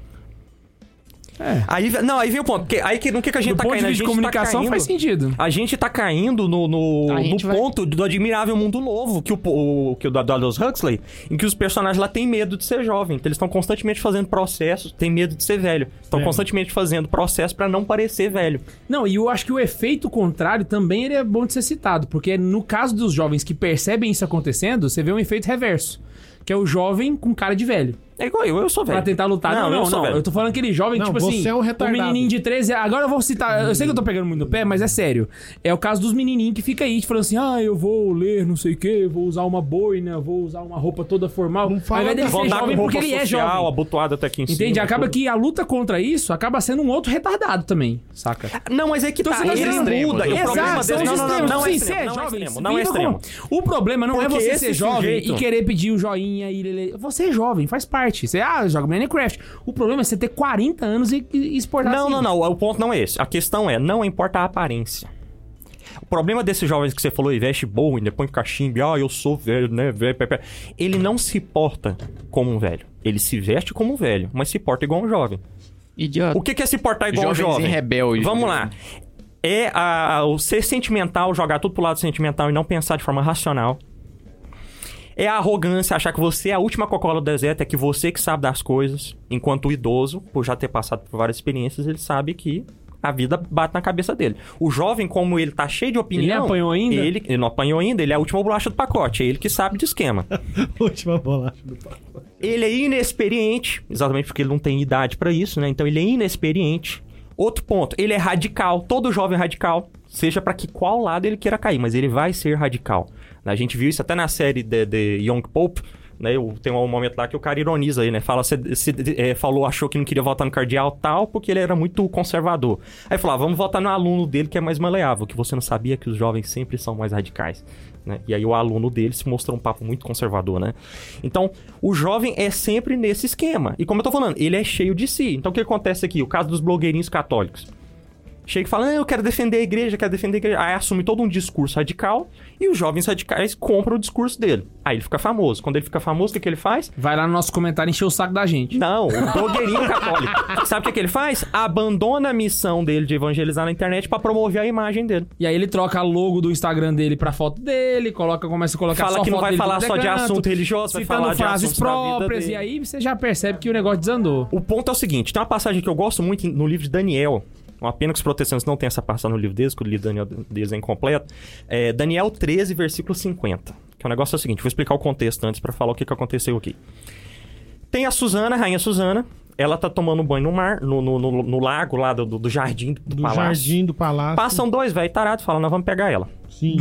A: É.
B: Aí, não, aí vem o ponto. Porque, aí que, no que, que a gente
A: Do
B: tá
A: ponto de
B: caindo?
A: vista
B: A gente
A: de comunicação
B: tá caindo,
A: faz sentido.
B: A gente tá caindo no, no,
C: A
B: no
C: gente vai-
B: ponto do admirável mundo novo que o, po- o- que o da da Aldous Huxley, em que os personagens lá têm medo de ser jovem. Então eles estão constantemente fazendo processos, têm medo de ser velho. Estão
D: É.
B: constantemente fazendo processo pra não parecer velho.
A: Não, e eu acho que o efeito contrário também ele é bom de ser citado, porque no caso dos jovens que percebem isso acontecendo, você vê um efeito reverso, que é o é jovem com cara de velho.
B: É igual eu, eu sou velho.
A: Pra tentar lutar. Não,
B: Não, eu
A: não,
B: sou
A: não. Eu,
B: velho.
A: tô falando aquele jovem,
D: Não,
A: tipo
D: você
A: assim.
D: é um
A: o
D: retardado.
A: menininho de 13. Agora eu vou citar. Eu sei que eu tô pegando muito no pé, mas é sério. É o caso dos menininhos que fica aí falando assim: ah, eu vou ler não sei o quê, vou usar uma boina, vou usar uma roupa toda formal.
D: Não fala
A: Ao invés dele
D: nada.
B: Vão
A: ser
B: andar
A: jovem
B: com
A: porque
B: roupa
A: ele é
B: social, assim,
A: jovem.
B: abotoada até aqui em cima.
A: Entende? Acaba
B: tudo.
A: que a luta contra isso acaba sendo um outro retardado também, saca?
B: Não, mas é que
A: Então
B: tá.
A: você tá
B: Ele
A: virando
B: muda. E
F: extremos, né?
B: o problema
A: Exato, são
B: dele...
A: os
B: Não, não, não,
A: extremos.
B: não
A: Sim,
B: é
A: você
B: extremo. Não é
A: jovem,
B: extremo. Não é
A: viva
B: extremo.
A: com- O problema não
B: Porque
A: é você
B: esse
A: ser jovem
B: sujeito-
A: e querer pedir o joinha e lelê. Você é jovem, faz parte. Você ah, joga Minecraft. O problema é você ter 40 anos e, e exportar
B: Não,
A: assim.
B: não, não. O ponto não é esse. A questão é, não importa a aparência. O problema desses jovens que você falou, e veste boina, põe cachimbo, ah, eu sou velho, né, velho, pé, pé. Ele não se porta como um velho. Ele se veste como um velho, mas se porta igual um jovem.
C: Idiota.
B: O que que é se portar igual um
F: Jovenzinho
B: jovem?
F: rebelde.
B: Vamos lá. É a- o ser sentimental, jogar tudo pro lado sentimental e não pensar de forma racional. É a arrogância, achar que você é a última Coca-Cola do deserto, é que você que sabe das coisas, enquanto o idoso, por já ter passado por várias experiências, ele sabe que a vida bate na cabeça dele. O jovem, como ele tá cheio de opinião.
A: Ele não apanhou ainda?
B: Ele, ele não apanhou ainda, ele é a última bolacha do pacote, é ele que sabe de esquema.
D: Última bolacha do pau.
B: Ele é inexperiente, exatamente porque ele não tem idade pra isso, né? Então ele é inexperiente. Outro ponto, ele é radical, todo jovem é radical, seja pra que qual lado ele queira cair, mas ele vai ser radical. Né? A gente viu isso até na série de, de Young Pope, né? Eu, tem um momento lá que o cara ironiza aí, né? Fala, se, se- é, falou, achou que não queria votar no cardeal tal, porque ele era muito conservador. Aí falou, ah, vamos votar no aluno dele que é mais maleável, que você não sabia que os jovens sempre são mais radicais. né? E aí o aluno dele se mostrou um papo muito conservador, né? Então, o jovem é sempre nesse esquema. E como eu tô falando, ele é cheio de si. Então, o que acontece aqui? O caso dos blogueirinhos católicos. Chega e fala, "Ah, eu quero defender a igreja, quero defender a igreja. Aí assume todo um discurso radical e os jovens radicais compram o discurso dele. Aí ele fica famoso. Quando ele fica famoso, o que, que ele faz?
A: Vai lá no nosso comentário encher o saco da gente.
B: Não, o blogueirinho católico. Sabe o que, que ele faz? Abandona a missão dele de evangelizar na internet pra promover a imagem dele.
A: E aí ele troca a logo do Instagram dele pra foto dele, coloca, começa a colocar
B: Fala
A: só
B: que não
A: foto
B: vai
A: dele
B: falar
A: tudo
B: só de
A: canto,
B: assunto religioso, vai
A: citando
B: falar de
A: frases
B: assuntos da vida
A: próprias.
B: dele.
A: E aí você já percebe que o negócio desandou.
B: O ponto é o seguinte: tem uma passagem que eu gosto muito no livro de Daniel. Uma pena que os protestantes não têm essa passagem no livro deles, que o livro de Daniel deles é incompleto. É Daniel 13, versículo 50. Que o negócio é o seguinte: vou explicar o contexto antes pra falar o que, que aconteceu aqui. Tem a Suzana, a rainha Suzana. Ela tá tomando um banho no mar, no, no, no- no lago lá do, do jardim do,
D: Do
B: palácio.
D: jardim assim. do palácio. um
B: Passam dois velho tarados e falam: nós vamos pegar ela.
D: Sim.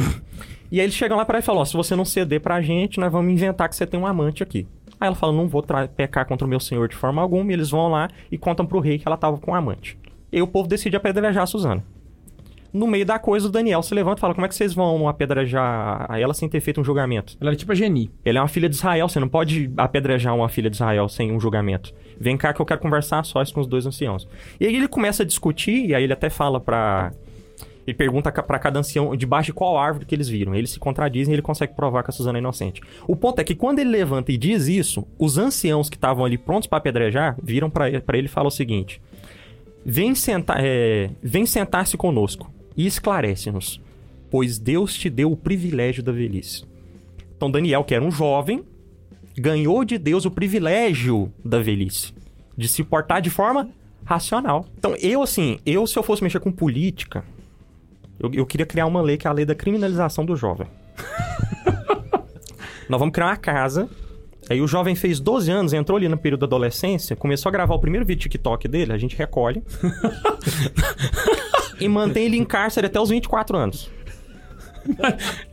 B: E aí eles chegam lá pra ela e falam: ó, se você não ceder pra gente, nós vamos inventar que você tem um amante aqui. Aí ela fala: não vou tra- pecar contra o meu senhor de forma alguma. E eles vão lá e contam pro rei que ela tava com um amante. E aí o povo decide apedrejar a Suzana. No meio da coisa, o Daniel se levanta e fala: como é que vocês vão apedrejar a ela sem ter feito um julgamento?
A: Ela era tipo a Geni.
B: Ele é uma filha de Israel, você não pode apedrejar uma filha de Israel sem um julgamento. Vem cá que eu quero conversar a sós com os dois anciãos. E aí ele começa a discutir, e aí ele até fala pra. Ele pergunta ca- pra cada ancião debaixo de qual árvore que eles viram. Eles se contradizem e ele consegue provar que a Suzana é inocente. O ponto é que quando ele levanta e diz isso, os anciãos que estavam ali prontos pra apedrejar viram pra ele pra ele e falam o seguinte: Vem, senta- é, vem sentar-se conosco e esclarece-nos, pois Deus te deu o privilégio da velhice. Então Daniel, que era um jovem, ganhou de Deus o privilégio da velhice, de se portar de forma racional. Então eu, assim, eu se eu fosse mexer com política, eu, eu queria criar uma lei que é a lei da criminalização do jovem. Nós vamos criar uma casa. Aí o jovem fez 12 anos, entrou ali no período da adolescência, começou a gravar o primeiro vídeo TikTok dele, a gente recolhe. e mantém ele em cárcere até os 24 anos.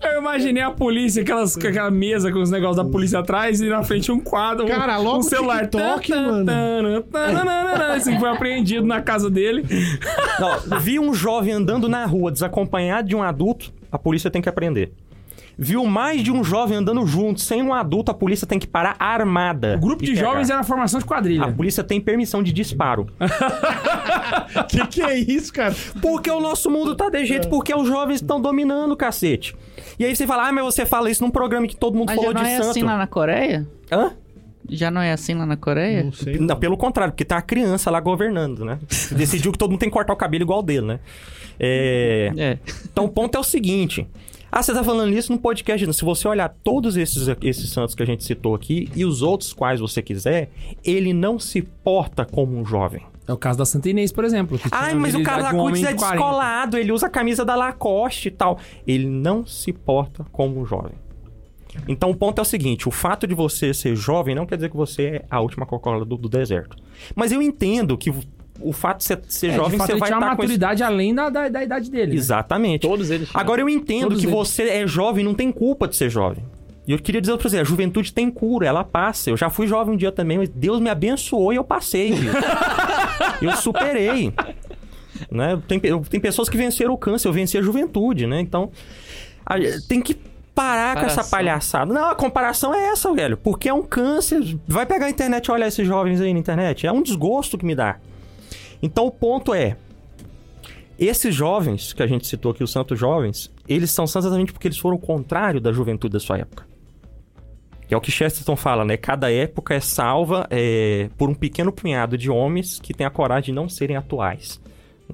A: Eu imaginei a polícia, aquelas, com aquela mesa com os negócios da polícia atrás e na frente um quadro, um-
D: Cara, logo
A: um
D: o
A: celular.
D: TikTok,
A: Tan, tan,
D: mano.
A: tan, tan, tan, tan, Assim, foi apreendido na casa dele.
B: Não, vi um jovem andando na rua desacompanhado de um adulto, a polícia tem que aprender. Viu mais de um jovem andando junto sem um adulto, a polícia tem que parar armada.
A: O grupo
B: e
A: de
B: pegar.
A: jovens é assim, né? era a formação de
B: A
A: quadrilha.
B: polícia tem permissão de disparo.
A: É.
D: que que é isso, cara?
B: Porque o nosso mundo tá
A: É.
B: de jeito, porque os jovens estão dominando, cacete. E aí você fala, ah, mas você fala isso num programa que todo mundo
C: Mas já
B: falou
C: não
B: de
C: é
B: santo.
C: assim lá na Coreia?
B: Hã?
C: Já não é assim lá na Coreia?
D: Não sei.
B: Não, pelo contrário, porque tá a criança lá governando, né? Decidiu que todo mundo tem que cortar o cabelo igual o dele, né? É...
C: É.
B: Então o ponto é o seguinte. Ah, você tá falando isso no podcast. não. Se você olhar todos esses, esses santos que a gente citou aqui e os outros quais você quiser, ele não se porta como um jovem.
A: É o caso da Santa Inês, por exemplo. que tinha
B: Ai,
A: uma
B: mas o
A: habilidade de um homem
B: Calacutis é
A: de 40.
B: descolado, ele usa a camisa da Lacoste e tal. Ele não se porta como um jovem. Então o ponto é o seguinte: o fato de você ser jovem não quer dizer que você é a última Coca-Cola do, do deserto. Mas eu entendo que o, o fato de você ser
A: É,
B: jovem,
A: de fato,
B: você
A: ele
B: vai
A: tinha uma
B: estar com esse...
A: maturidade além da, da, da idade dele. né?
B: Exatamente.
F: Todos eles. tinham.
B: Agora eu entendo
F: Todos
B: que
F: eles.
B: você é jovem, não tem culpa de ser jovem. E eu queria dizer pra você, a juventude tem cura, ela passa. Eu já fui jovem um dia também, mas Deus me abençoou e eu passei. bicho. eu superei. Né? Tem, pe- tem pessoas que venceram o câncer, eu venci a juventude, né? Então, a- tem que parar com essa
F: Comparação.
B: palhaçada. Não, a comparação é essa, velho. Porque é um câncer. Vai pegar a internet e olhar esses jovens aí na internet. É um desgosto que me dá. Então o ponto é, esses jovens que a gente citou aqui, os santos jovens, eles são santos exatamente porque eles foram o contrário da juventude da sua época. Que é o que Chesterton fala, né? Cada época é salva é, por um pequeno punhado de homens que têm a coragem de não serem atuais.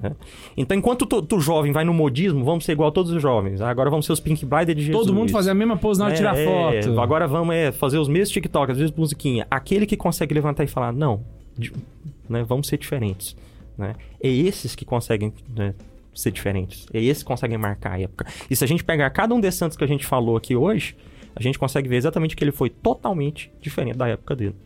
B: né? Então, enquanto tu, tu jovem vai no modismo, vamos ser igual a todos os jovens. Ah, Agora vamos ser os Pink Blinder de Jesus.
A: Todo mundo fazia a mesma pose na hora de tirar
B: É,
A: foto.
B: Agora vamos é, fazer os mesmos TikTok, as mesmas musiquinhas. Aquele que consegue levantar e falar, não, de- né, vamos ser diferentes. Né? É esses que conseguem né, ser diferentes. É esses que conseguem marcar a época. E se a gente pegar cada um desses santos que a gente falou aqui hoje, a gente consegue ver exatamente que ele foi totalmente diferente da época dele.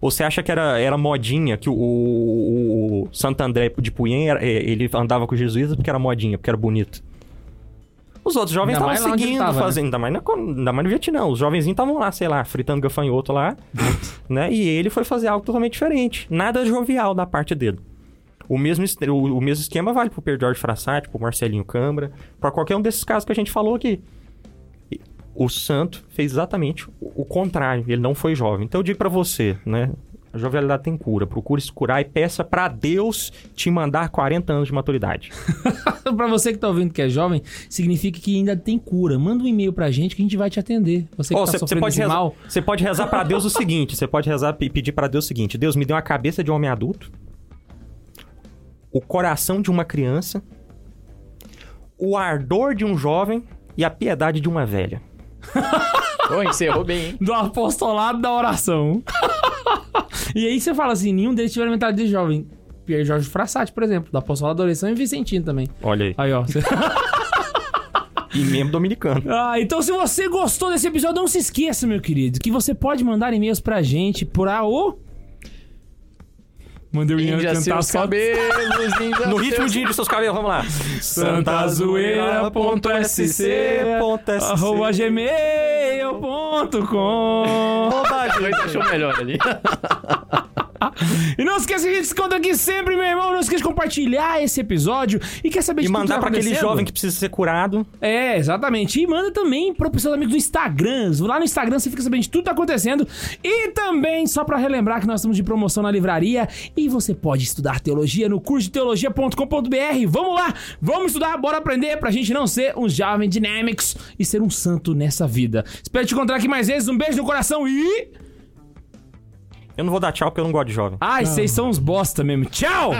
B: Ou você acha que era, era modinha, que o, o- o Santo André de Puyen, era- é, ele andava com os jesuítas porque era modinha, porque era bonito. Os outros jovens
A: Ainda
B: estavam
A: mais lá onde ele
B: seguindo,
A: tava, né?
B: fazendo. Ainda mais, na, ainda mais no Vietnã. Os jovenzinhos estavam lá, sei lá, fritando gafanhoto lá. né? E ele foi fazer algo totalmente diferente. Nada jovial da parte dele. O mesmo, es- o, o mesmo esquema vale pro Pedro Jorge Frassati, pro Marcelinho Câmara, pra qualquer um desses casos que a gente falou aqui. E O Santo fez exatamente o, o contrário, ele não foi jovem. Então eu digo pra você, né? A jovialidade tem cura. Procure se curar e peça pra Deus te mandar 40 anos de maturidade.
A: pra você que tá ouvindo que é jovem, significa que ainda tem cura. Manda um e-mail pra gente que a gente vai te atender. Você que
B: Ó,
A: tá
B: cê- cê
A: sofrendo
B: pode
A: esse
B: rezar-
A: mal.
B: Você pode rezar pra Deus o seguinte: você pode rezar e pedir pra Deus o seguinte: Deus me deu a cabeça de um homem adulto, o coração de uma criança, o ardor de um jovem e a piedade de uma velha.
F: Ô, encerrou bem, hein?
A: Do apostolado da oração. e aí você fala assim, nenhum deles tiveram mentalidade de jovem. Pierre Jorge Frassati, por exemplo, do apostolado da oração e Vicentino também.
B: Olha aí.
A: Aí, ó. cê-
B: E membro dominicano.
A: Ah, então se você gostou desse episódio, não se esqueça, meu querido, que você pode mandar e-mails pra gente por o... Mandei o Ian
F: Ninja
A: cantar
F: seus
A: só...
F: cabelos, ninja
B: No ritmo
F: seus-
B: de de seus cabelos, vamos lá.
A: arroba gmail.com
F: Mas achou melhor ali.
A: E não esqueça que a gente se encontra aqui sempre, meu irmão. Não esqueça de compartilhar esse episódio. E quer saber
B: E
A: de tudo que
B: mandar
A: tá
B: pra aquele
A: acontecendo?
B: jovem que precisa ser curado.
A: É, exatamente. E manda também para os seus amigos do Instagram. Lá no Instagram você fica sabendo de tudo que tá acontecendo. E também, só para relembrar que nós estamos de promoção na livraria e você pode estudar teologia no curso de teologia.com.br. Vamos lá, vamos estudar, bora aprender pra gente não ser um jovem dynamics e ser um santo nessa vida. Espero te encontrar aqui mais vezes. Um beijo no coração e.
B: Eu não vou dar tchau porque eu não gosto de jovem.
A: Ai, vocês são uns bosta mesmo. Tchau!